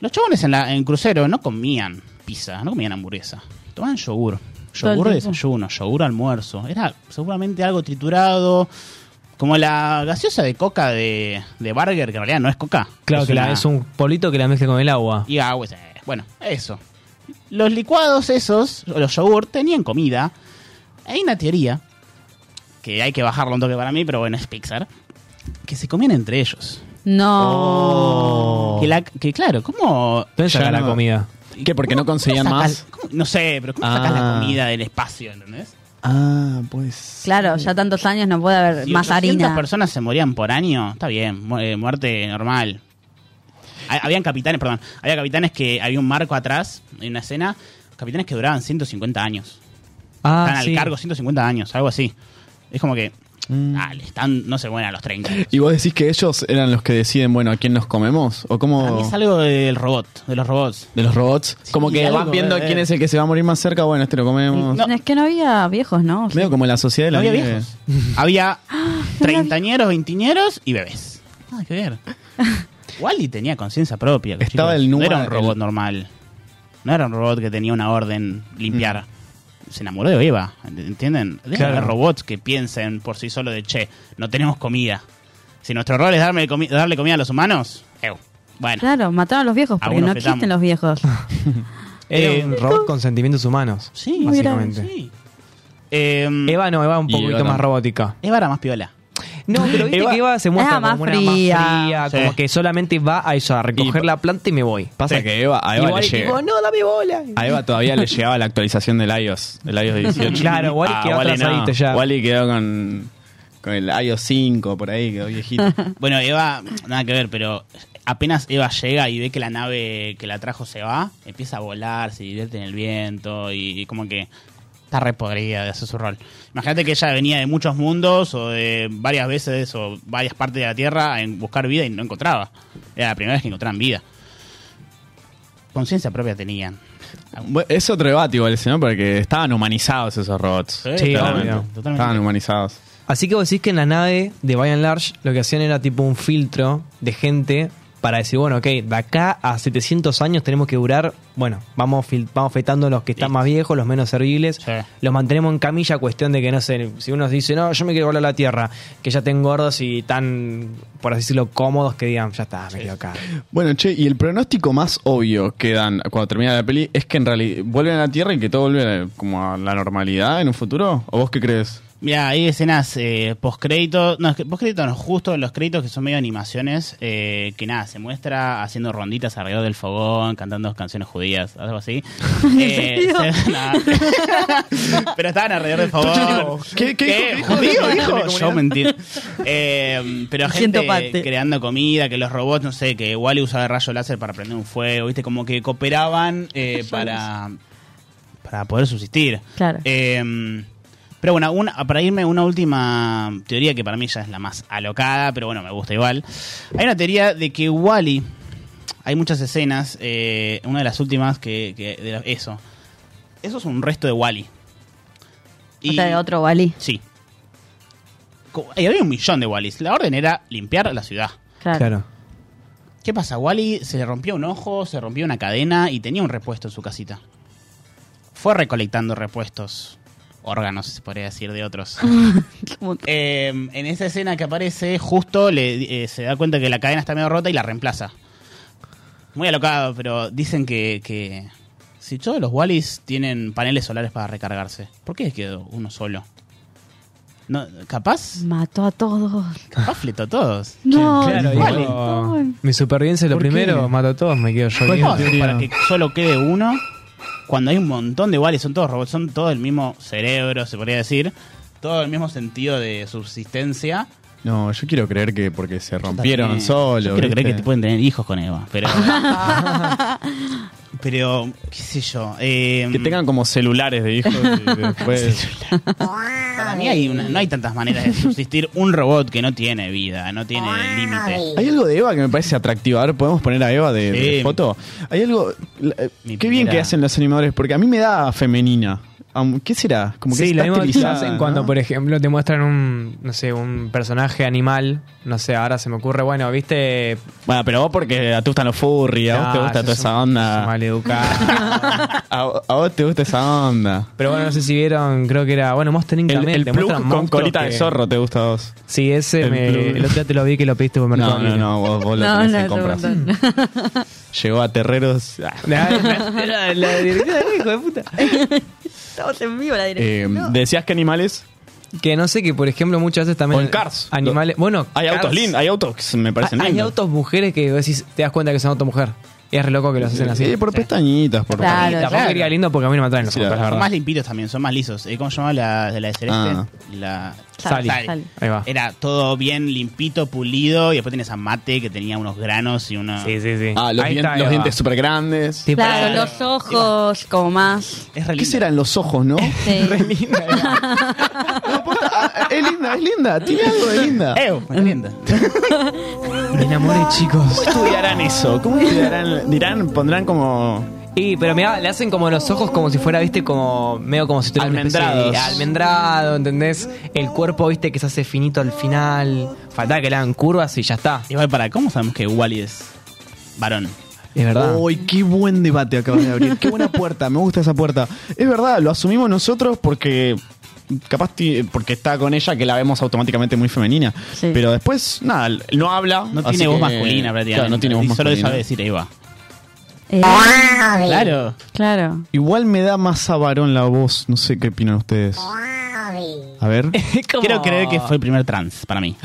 [SPEAKER 10] Los chabones en, la, en crucero no comían pizza, no comían hamburguesa. Tomaban yogur.
[SPEAKER 5] Todo el
[SPEAKER 10] Yogur de
[SPEAKER 5] tiempo.
[SPEAKER 10] desayuno, yogur almuerzo. Era seguramente algo triturado, como la gaseosa de coca de, de Burger, que en realidad no es coca.
[SPEAKER 6] Claro que la-
[SPEAKER 10] una-
[SPEAKER 6] es un polito que la mezcla con el agua.
[SPEAKER 10] y agua, eh, Bueno, eso. Los licuados esos, o los yogur, tenían comida. Hay una teoría, que hay que bajarlo un toque para mí, pero bueno, es Pixar, que se comían entre ellos. Oh.
[SPEAKER 5] No.
[SPEAKER 10] Que, la- que claro, ¿cómo
[SPEAKER 6] ¿Dónde saca Oh. la
[SPEAKER 10] no-
[SPEAKER 6] comida?
[SPEAKER 7] ¿Qué? ¿Porque no conseguían
[SPEAKER 10] ¿Cómo
[SPEAKER 7] más?
[SPEAKER 10] sacas- cómo- no sé, pero ¿cómo sacas
[SPEAKER 7] Ah.
[SPEAKER 10] la comida del espacio, entendés?
[SPEAKER 7] Ah, pues.
[SPEAKER 5] Claro, ya tantos años no puede haber
[SPEAKER 10] Si
[SPEAKER 5] más
[SPEAKER 10] 800
[SPEAKER 5] harina.
[SPEAKER 10] personas se morían por año, está bien, mu- eh, muerte normal. Ha- Habían capitanes, perdón, había capitanes que había un marco atrás en una escena, capitanes que duraban 150 años.
[SPEAKER 6] Ah,
[SPEAKER 10] Están
[SPEAKER 6] sí.
[SPEAKER 10] al cargo 150 años, algo así. Es como que, dale, están, no se mueren a los 30.
[SPEAKER 7] ¿Y vos decís que ellos eran los que deciden, bueno, a quién nos comemos? ¿O cómo.?
[SPEAKER 10] A mí es algo del robot, de los robots.
[SPEAKER 7] De los robots. como que
[SPEAKER 10] algo,
[SPEAKER 7] van viendo
[SPEAKER 10] eh,
[SPEAKER 7] quién es el que se va a morir más cerca, bueno, este lo comemos.
[SPEAKER 5] Es que no había viejos, ¿no?
[SPEAKER 7] Medio como la sociedad de la
[SPEAKER 10] No había
[SPEAKER 7] nieve.
[SPEAKER 10] viejos. Había treintañeros, veintiñeros y bebés. Nada que ver. Wally tenía conciencia propia. los
[SPEAKER 7] Estaba
[SPEAKER 10] chicos.
[SPEAKER 7] el
[SPEAKER 10] No
[SPEAKER 7] Numa,
[SPEAKER 10] era un
[SPEAKER 7] el-
[SPEAKER 10] robot normal. No era un robot que tenía una orden limpiar. Se enamoró de Eva, ¿entienden? Debe
[SPEAKER 6] Claro.
[SPEAKER 10] haber robots que piensen por sí solo de che, no tenemos comida. Si nuestro rol es darme comi- darle comida a los humanos, eu. Bueno,
[SPEAKER 5] Claro, mataron a los viejos
[SPEAKER 10] A
[SPEAKER 5] porque
[SPEAKER 10] uno
[SPEAKER 5] no
[SPEAKER 10] fetamos.
[SPEAKER 5] existen los viejos.
[SPEAKER 6] Era un robot con sentimientos humanos.
[SPEAKER 10] sí,
[SPEAKER 6] Básicamente.
[SPEAKER 10] sí. Em,
[SPEAKER 6] Eva no, Eva un
[SPEAKER 7] Y
[SPEAKER 6] poquito
[SPEAKER 7] Eva
[SPEAKER 6] más
[SPEAKER 7] no.
[SPEAKER 6] robótica.
[SPEAKER 10] Eva era más piola.
[SPEAKER 6] No, pero viste
[SPEAKER 7] Eva-
[SPEAKER 6] que Eva se
[SPEAKER 5] Era
[SPEAKER 6] muestra
[SPEAKER 5] Ah, más
[SPEAKER 6] como una más
[SPEAKER 5] fría.
[SPEAKER 6] fría,
[SPEAKER 10] Sí.
[SPEAKER 6] como que solamente va a eso, a recoger la planta y me voy.
[SPEAKER 7] Pasa
[SPEAKER 10] Sí.
[SPEAKER 7] que Eva, a Eva
[SPEAKER 6] Igual
[SPEAKER 7] le
[SPEAKER 6] que
[SPEAKER 7] llega.
[SPEAKER 6] vos, no, dame bola.
[SPEAKER 7] A Eva todavía le llegaba la actualización del iOS, del iOS 18.
[SPEAKER 6] Claro, Wally
[SPEAKER 7] Ah,
[SPEAKER 6] quedó atrasadito ya.
[SPEAKER 7] Wally quedó con, con el iOS 5 por ahí, quedó viejito.
[SPEAKER 10] Bueno, Eva, nada que ver, pero apenas Eva llega y ve que la nave que la trajo se va, empieza a volar, se divierte en el viento y, y como que está repodrida de hacer su rol. Imagínate que ella venía de muchos mundos o de varias veces o varias partes de la Tierra en buscar vida y no encontraba. Era la primera vez que encontraban vida. Conciencia propia tenían.
[SPEAKER 7] Bueno, es otro debate igual ese, ¿no? Porque estaban humanizados esos robots.
[SPEAKER 10] Sí,
[SPEAKER 7] Claramente.
[SPEAKER 6] obvio,
[SPEAKER 10] totalmente.
[SPEAKER 7] Estaban humanizados.
[SPEAKER 6] Así que vos decís que en la nave de By and Large lo que hacían era tipo un filtro de gente para decir, bueno, ok, de acá a 700 años tenemos que durar, bueno, vamos, fil- vamos fetando los que están más viejos, los menos serviles,
[SPEAKER 10] Sí.
[SPEAKER 6] los mantenemos en camilla, cuestión de que, no sé, si uno dice, no, yo me quiero volar a la Tierra, que ya estén gordos y tan, por así decirlo, cómodos que digan, ya está, me quedo acá.
[SPEAKER 7] Bueno, che, y el pronóstico más obvio que dan cuando termina la peli es que en realidad vuelven a la Tierra y que todo vuelve a la- como a la normalidad en un futuro. ¿O vos qué crees?
[SPEAKER 10] Mira, hay escenas eh, post-crédito. No, es que post-crédito no, justo los créditos que son medio animaciones. eh, que nada, se muestra haciendo ronditas alrededor del fogón, cantando canciones judías, algo así. Eh, se- nada. Pero estaban alrededor del fogón.
[SPEAKER 7] ¿Qué- qué dijo- qué dijo?
[SPEAKER 10] ¿Judío,
[SPEAKER 7] ¿Dijo?
[SPEAKER 10] dijo? Yo mentí. Eh, pero
[SPEAKER 5] Siento
[SPEAKER 10] gente
[SPEAKER 5] parte.
[SPEAKER 10] creando comida, que los robots, no sé, que Wally usaba el rayo láser para prender un fuego, ¿viste? Como que cooperaban eh, para, para poder subsistir.
[SPEAKER 5] Claro.
[SPEAKER 10] Eh, pero bueno, una- para irme a una última teoría que para mí ya es la más alocada, pero bueno, me gusta igual. Hay una teoría de que Wally, hay muchas escenas, eh, una de las últimas que, que- de la- eso. Eso es un resto de Wally.
[SPEAKER 5] O sea, de otro Wally.
[SPEAKER 10] Sí. Co- y había un millón de Wallis. La orden era limpiar la ciudad.
[SPEAKER 5] Claro.
[SPEAKER 10] ¿Qué pasa? Wally se le rompió un ojo, se rompió una cadena y tenía un repuesto en su casita. Fue recolectando repuestos, órganos, se podría decir, de otros.
[SPEAKER 5] Como que-
[SPEAKER 10] Eh, en esa escena que aparece, justo le, eh, se da cuenta que la cadena está medio rota y la reemplaza. Muy alocado, pero dicen que, que si todos los Wallis tienen paneles solares para recargarse, ¿por qué quedó uno solo? No, capaz.
[SPEAKER 5] Mató a todos.
[SPEAKER 10] Capaz fletó a todos.
[SPEAKER 5] No,
[SPEAKER 6] Claro,
[SPEAKER 5] no,
[SPEAKER 6] igual. eh,
[SPEAKER 5] no.
[SPEAKER 6] Mi supervivencia es lo
[SPEAKER 10] ¿Por qué?
[SPEAKER 6] primero, mato a todos, me quedo yo.
[SPEAKER 10] Pues no,
[SPEAKER 6] bien.
[SPEAKER 10] para que solo quede uno, cuando hay un montón de iguales, son todos robots, son todo el mismo cerebro, se podría decir, todo el mismo sentido de subsistencia.
[SPEAKER 7] No, yo quiero creer que porque se rompieron
[SPEAKER 10] también.
[SPEAKER 7] solo.
[SPEAKER 10] Yo quiero creer que te
[SPEAKER 7] pueden
[SPEAKER 10] tener hijos con Eva, pero. Pero, qué sé yo. eh,
[SPEAKER 7] Que tengan como celulares de hijos y después.
[SPEAKER 10] para mí hay una- no hay tantas maneras de subsistir un robot que no tiene vida, no tiene límites.
[SPEAKER 7] Hay algo de Eva que me parece atractivo. A ver, ¿podemos poner a Eva de, de
[SPEAKER 10] Sí.
[SPEAKER 7] foto? Hay algo. la- eh, qué bien
[SPEAKER 10] primera-
[SPEAKER 7] que hacen los animadores, porque a mí me da femenina. Am- ¿Qué será? Como que
[SPEAKER 6] sí,
[SPEAKER 7] está
[SPEAKER 6] lo mismo que
[SPEAKER 7] estilizada,
[SPEAKER 6] hacen
[SPEAKER 7] ¿no?
[SPEAKER 6] cuando, por ejemplo, te muestran un, no sé, un personaje animal. No sé, ahora se me ocurre, bueno, viste...
[SPEAKER 7] Bueno, pero vos porque a tú gustan los furry, a vos
[SPEAKER 6] Ah,
[SPEAKER 7] te gusta toda esa onda. a, a vos te gusta esa onda.
[SPEAKER 6] Pero bueno, no sé si vieron, creo que era, bueno, Monster Inc.
[SPEAKER 7] El,
[SPEAKER 6] también,
[SPEAKER 7] el
[SPEAKER 6] te
[SPEAKER 7] plug
[SPEAKER 6] muestran
[SPEAKER 7] con
[SPEAKER 6] monstruos
[SPEAKER 7] colita de
[SPEAKER 6] que-
[SPEAKER 7] zorro te gusta a vos.
[SPEAKER 6] Sí, ese
[SPEAKER 7] El
[SPEAKER 6] el, me,
[SPEAKER 7] plug.
[SPEAKER 6] el otro día te lo vi que lo pediste por Mercado
[SPEAKER 7] No, no,
[SPEAKER 6] Libre.
[SPEAKER 7] no, vos, vos lo
[SPEAKER 5] No,
[SPEAKER 7] tenés
[SPEAKER 5] no,
[SPEAKER 7] en
[SPEAKER 5] es un
[SPEAKER 7] compras. Llegó a terreros. Ah.
[SPEAKER 6] Era la directora del hijo de puta.
[SPEAKER 5] Estamos en vivo la
[SPEAKER 7] Eh,
[SPEAKER 5] dirección.
[SPEAKER 7] ¿Decías que animales?
[SPEAKER 6] Que no sé, que, por ejemplo, muchas veces también...
[SPEAKER 7] O en Cars.
[SPEAKER 6] Animales... Bueno,
[SPEAKER 7] Hay
[SPEAKER 6] Cars-
[SPEAKER 7] autos lindos, hay autos que me parecen
[SPEAKER 6] Hay, hay
[SPEAKER 7] lindos.
[SPEAKER 6] autos mujeres que vos decís, te das cuenta que son autos mujer. Y es re loco que los hacen así.
[SPEAKER 7] Sí, por pestañitas, por
[SPEAKER 5] Claro,
[SPEAKER 6] Y tampoco
[SPEAKER 10] claro.
[SPEAKER 6] quería lindo porque a mí no me atraen los
[SPEAKER 7] Sí,
[SPEAKER 6] autos, la
[SPEAKER 7] la
[SPEAKER 10] Son
[SPEAKER 6] verdad.
[SPEAKER 10] más limpitos también, son más lisos. Eh, ¿Cómo se llama la de la de Celeste?
[SPEAKER 7] Ah.
[SPEAKER 10] La
[SPEAKER 5] Sally.
[SPEAKER 10] Sally.
[SPEAKER 5] Sally.
[SPEAKER 6] Ahí va.
[SPEAKER 10] Era todo bien limpito, pulido, y después tenés a Mate que tenía unos granos y una...
[SPEAKER 6] Sí, sí, sí.
[SPEAKER 7] Ah, los,
[SPEAKER 6] Ahí
[SPEAKER 7] dien-
[SPEAKER 6] está,
[SPEAKER 7] los
[SPEAKER 6] Eva.
[SPEAKER 7] dientes súper grandes.
[SPEAKER 6] Tipo,
[SPEAKER 5] Claro, los ojos, como más.
[SPEAKER 10] Es re
[SPEAKER 7] ¿Qué
[SPEAKER 10] linda.
[SPEAKER 7] serán los ojos, no?
[SPEAKER 5] Sí.
[SPEAKER 7] Ah, es linda, es linda, tiene algo de linda.
[SPEAKER 10] Eh, es linda.
[SPEAKER 6] Me enamoré, chicos.
[SPEAKER 7] ¿Cómo estudiarán eso? ¿Cómo estudiarán? Dirán, pondrán como.
[SPEAKER 6] Y, pero mirá, le hacen como los ojos como si fuera, viste, como medio como si tuviera una especie de-
[SPEAKER 7] Almendrados.
[SPEAKER 6] almendrado, ¿entendés? El cuerpo, viste, que se hace finito al final. Faltaba que le hagan curvas y ya está.
[SPEAKER 10] Igual para, ¿cómo sabemos que Wally es varón?
[SPEAKER 6] Es verdad.
[SPEAKER 7] Uy, qué buen debate acabas de abrir. Qué buena puerta, me gusta esa puerta. Es verdad, lo asumimos nosotros porque. Capaz ti- porque está con ella que la vemos automáticamente muy femenina.
[SPEAKER 5] Sí.
[SPEAKER 7] Pero después, nada, no habla.
[SPEAKER 10] No
[SPEAKER 7] así
[SPEAKER 10] tiene voz
[SPEAKER 7] que-
[SPEAKER 10] masculina prácticamente.
[SPEAKER 7] Claro, no tiene voz
[SPEAKER 10] Y Solo
[SPEAKER 7] masculina.
[SPEAKER 10] sabe decir Eva.
[SPEAKER 5] Eh,
[SPEAKER 10] Claro.
[SPEAKER 5] claro.
[SPEAKER 7] Igual me da más a varón la voz. No sé qué opinan ustedes. A ver.
[SPEAKER 10] Quiero creer que fue el primer trans para mí.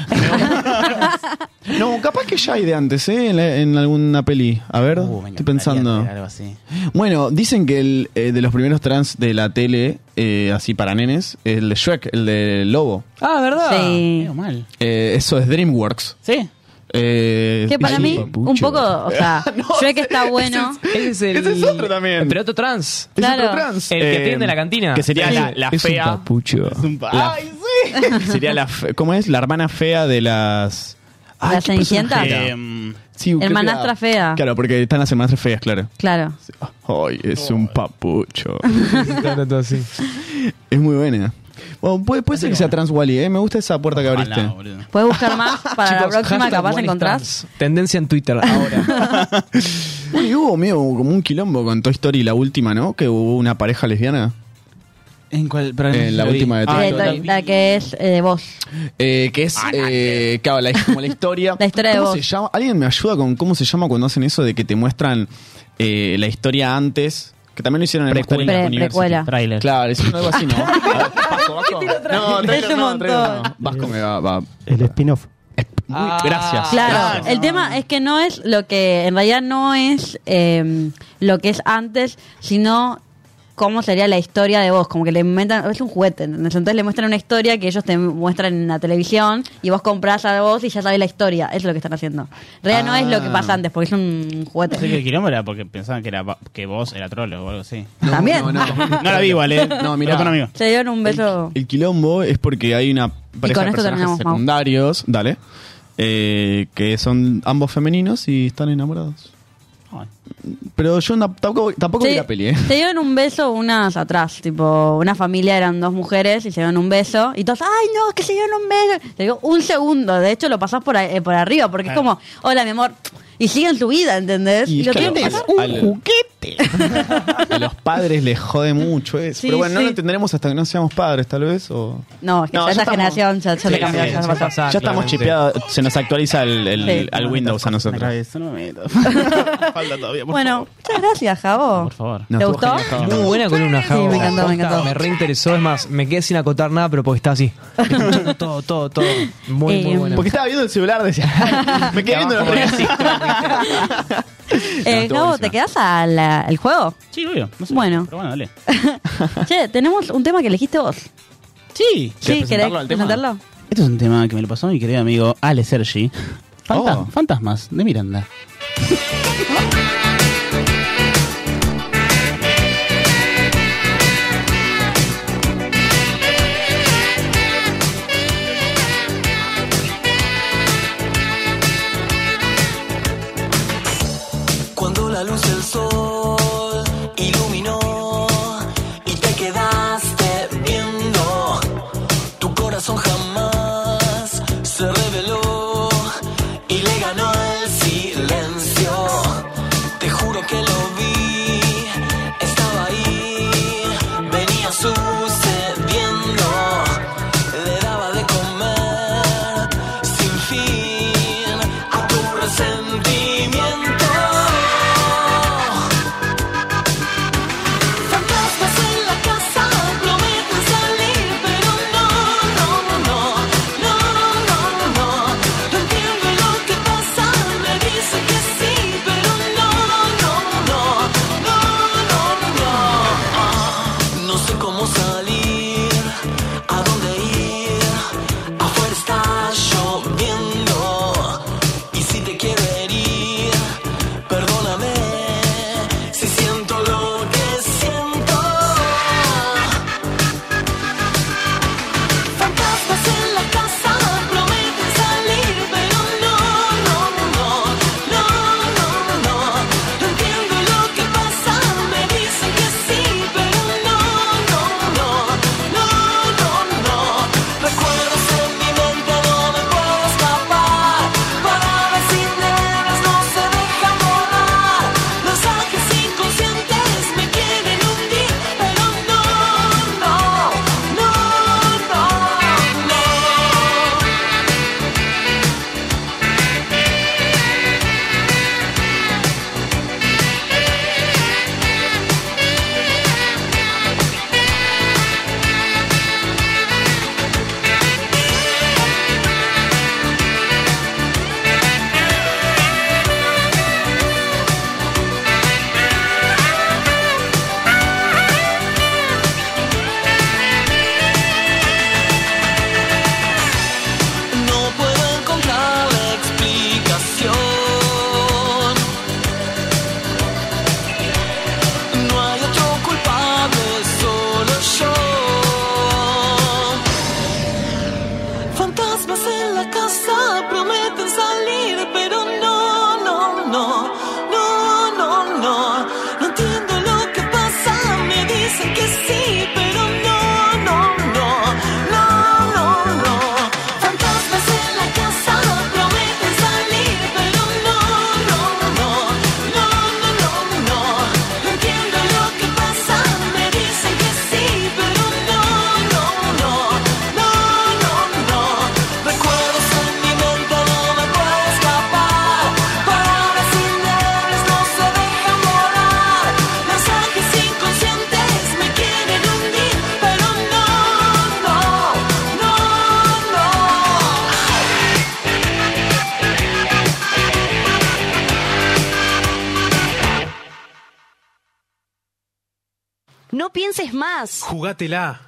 [SPEAKER 7] No, capaz que ya hay de antes, ¿eh? En, la- en alguna peli. A ver,
[SPEAKER 10] Uh, me
[SPEAKER 7] estoy
[SPEAKER 10] encantaría
[SPEAKER 7] pensando.
[SPEAKER 10] hacer Algo así.
[SPEAKER 7] Bueno, dicen que el eh, de los primeros trans de la tele, eh, así para nenes, el de Shrek, el de Lobo.
[SPEAKER 6] Ah, ¿verdad?
[SPEAKER 5] Sí.
[SPEAKER 10] Medio mal.
[SPEAKER 7] Eh, eso es DreamWorks.
[SPEAKER 10] Sí.
[SPEAKER 7] Eh,
[SPEAKER 5] Que para
[SPEAKER 7] ay,
[SPEAKER 5] mí,
[SPEAKER 7] papucho.
[SPEAKER 5] un poco, o sea, Shrek está bueno.
[SPEAKER 6] Ese es el...
[SPEAKER 7] Ese es otro también.
[SPEAKER 6] Pero otro trans.
[SPEAKER 7] Es otro
[SPEAKER 5] Claro.
[SPEAKER 7] trans.
[SPEAKER 6] El que
[SPEAKER 7] Eh,
[SPEAKER 6] atiende la cantina.
[SPEAKER 7] Que sería
[SPEAKER 6] Sí.
[SPEAKER 7] la, la
[SPEAKER 6] Es un
[SPEAKER 7] fea.
[SPEAKER 6] papucho.
[SPEAKER 7] Es un pa- ¡Ay, sí! sería la. fe- ¿Cómo es? La hermana fea de las. Ay,
[SPEAKER 5] ¿Las
[SPEAKER 7] ¿qué personaje
[SPEAKER 5] Cenicientas?
[SPEAKER 7] era?
[SPEAKER 10] Em,
[SPEAKER 7] Sí, creo que
[SPEAKER 5] Hermanastra
[SPEAKER 7] era-
[SPEAKER 5] fea.
[SPEAKER 7] Claro, porque están las hermanastras feas, claro.
[SPEAKER 5] Claro.
[SPEAKER 7] Ay, es un papucho.
[SPEAKER 6] Está todo así.
[SPEAKER 7] es muy buena. Bueno, puede, puede ser que sea trans Wally, ¿eh? Me gusta esa puerta que abriste.
[SPEAKER 10] ojalá, boludo.
[SPEAKER 5] Puedes buscar más para la
[SPEAKER 6] Chicos,
[SPEAKER 5] próxima,
[SPEAKER 6] hashtag
[SPEAKER 5] capaz
[SPEAKER 6] One is
[SPEAKER 5] encontrás.
[SPEAKER 6] trans. Tendencia en Twitter ahora.
[SPEAKER 7] Bueno, y hubo medio como un quilombo con Toy Story, la última, ¿no? Que hubo una pareja lesbiana.
[SPEAKER 10] ¿En cuál? Pero no
[SPEAKER 7] En
[SPEAKER 10] sé si
[SPEAKER 7] la
[SPEAKER 10] lo vi.
[SPEAKER 7] última de
[SPEAKER 10] Ah,
[SPEAKER 5] Eh,
[SPEAKER 7] Toy
[SPEAKER 10] lo
[SPEAKER 5] la,
[SPEAKER 10] vi.
[SPEAKER 5] la que es eh, de vos.
[SPEAKER 7] Eh, que es, eh, claro, la, como la historia.
[SPEAKER 5] La historia de
[SPEAKER 7] ¿Cómo
[SPEAKER 5] vos.
[SPEAKER 7] se llama? ¿Alguien me ayuda con cómo se llama cuando hacen eso de que te muestran eh, la historia antes? Que también lo hicieron en
[SPEAKER 10] Precuela.
[SPEAKER 7] Monster Inc.
[SPEAKER 5] Pre-
[SPEAKER 7] University.
[SPEAKER 5] precuela.
[SPEAKER 10] Trailer.
[SPEAKER 7] Claro, hicieron algo así, ¿no? A ver, Vasco, Vasco. No, trailer
[SPEAKER 5] Es un
[SPEAKER 7] no, trailer no.
[SPEAKER 5] montón.
[SPEAKER 7] Vasco me va. va.
[SPEAKER 12] El spin-off.
[SPEAKER 7] Muy-
[SPEAKER 6] Ah.
[SPEAKER 7] gracias.
[SPEAKER 5] Claro, el tema es que no es lo que, en realidad no es eh, lo que es antes, sino cómo sería la historia de vos, como que le inventan, es un juguete, ¿entendés? entonces le muestran una historia que ellos te muestran en la televisión y vos comprás a vos y ya sabés la historia, eso es lo que están haciendo. En realidad no es lo
[SPEAKER 7] Ah.
[SPEAKER 5] que pasa antes, porque es un juguete.
[SPEAKER 10] Pensé que el quilombo era porque pensaban que, era, va- que vos era trolo o algo así.
[SPEAKER 5] También.
[SPEAKER 7] No, no,
[SPEAKER 10] No la vi igual, ¿eh?
[SPEAKER 7] No, mirá.
[SPEAKER 10] Hablé con un amigo.
[SPEAKER 5] Se dieron un beso.
[SPEAKER 7] El quilombo es porque hay una pareja
[SPEAKER 5] con
[SPEAKER 7] de
[SPEAKER 5] esto
[SPEAKER 7] personajes
[SPEAKER 5] terminamos, Mau.
[SPEAKER 7] secundarios, dale, eh, que son ambos femeninos y están enamorados.
[SPEAKER 10] Ay.
[SPEAKER 7] Pero yo na- tampoco, tampoco vi la peli, ¿eh?
[SPEAKER 5] se dieron un beso unas atrás, tipo, una familia eran dos mujeres y se dieron un beso y todos, ay no, es que se dieron un beso. Se dio un segundo, de hecho lo pasás por, ahí- eh, por arriba porque es como, hola mi amor, y siguen su vida, ¿entendés?
[SPEAKER 7] Y
[SPEAKER 5] lo
[SPEAKER 7] es que a
[SPEAKER 5] tienen que
[SPEAKER 7] los-
[SPEAKER 5] pasar. Uh.
[SPEAKER 7] a los- A los padres les jode mucho eso.
[SPEAKER 5] Sí,
[SPEAKER 7] Pero bueno, no
[SPEAKER 5] sí.
[SPEAKER 7] lo entenderemos hasta que no seamos padres, tal vez. O...
[SPEAKER 5] No, es que
[SPEAKER 7] No,
[SPEAKER 5] ya
[SPEAKER 7] ya
[SPEAKER 5] esa
[SPEAKER 7] estamos-
[SPEAKER 5] generación ya, ya le cambió, ya pasó.
[SPEAKER 7] ya estamos chipeados, se nos actualiza el, el-
[SPEAKER 5] Sí.
[SPEAKER 7] al Windows a nosotros.
[SPEAKER 10] Eso no me meto. Falta todavía.
[SPEAKER 7] Claudia, por
[SPEAKER 5] Bueno, muchas gracias, Javo. Por
[SPEAKER 10] favor.
[SPEAKER 5] ¿Te gustó?
[SPEAKER 6] Muy buena columna, Javo.
[SPEAKER 5] Sí, me encantó, me encantó.
[SPEAKER 6] Me reinteresó, es más, me quedé sin acotar nada, pero porque estaba así. Escuchando todo, todo, todo. Muy, muy
[SPEAKER 5] Eh,
[SPEAKER 6] buena.
[SPEAKER 7] Porque estaba viendo el celular, decía. Me quedé viendo los redes.
[SPEAKER 5] Eh,
[SPEAKER 10] estuvo
[SPEAKER 5] Javo,
[SPEAKER 10] buenísima.
[SPEAKER 5] ¿te quedas al, al juego?
[SPEAKER 10] Sí, obvio. No sé,
[SPEAKER 5] Bueno.
[SPEAKER 10] Pero bueno, dale.
[SPEAKER 5] Che, tenemos un tema que elegiste vos.
[SPEAKER 10] Sí.
[SPEAKER 5] Sí, ¿querés presentarlo?
[SPEAKER 10] Este es un tema que me lo pasó mi querido amigo Ale Sergi.
[SPEAKER 7] Oh.
[SPEAKER 10] Fanta- Fantasmas de Miranda.
[SPEAKER 8] Cuando la luz del sol iluminó y te quedaste viendo, tu corazón jamás se reveló y le ganó el silencio. Te juro que lo vi, estaba ahí, venía sucediendo, le daba de comer sin fin a tu resentimiento. Fantasmas en la casa prometen salir, pero no, no, no, no, no, no. No entiendo lo que pasa, me dice que sí, pero no, no, no, no, no, no. No sé cómo salir, a dónde ir. Afuera está lloviendo y si te quiero herir, perdóname. Si siento lo que siento Fantasmas en la casa prometen salir Pero no, no, no, no, no, no No entiendo lo que pasa Me dicen que sí, pero no, no, no, no, no, no Recuerdos en mi mente, no me puedo escapar Palabras sin deberes no se dejan borrar Mensajes inconscientes me quieren hundir, pero no, no, no, no, no. No puedo encontrar la explicación. No hay otro culpable, solo yo. Fantasmas en la casa prometen salir, pero no, no, no, no, no, no. No entiendo lo que pasa, me dicen que sí, pero no, no, no, no, no, no. Fantasmas en la casa prometen salir, pero no, no, no, no, no, no, no. No entiendo lo que pasa, me dicen que sí, pero no, no, no, no, no, no. Recuerdos en mi mente no me puedo escapar. Palabras indebles no se dejan volar. Mensajes inconscientes me quieren hundir, pero no, no, no, no.
[SPEAKER 3] No pienses más.
[SPEAKER 2] Jugátela.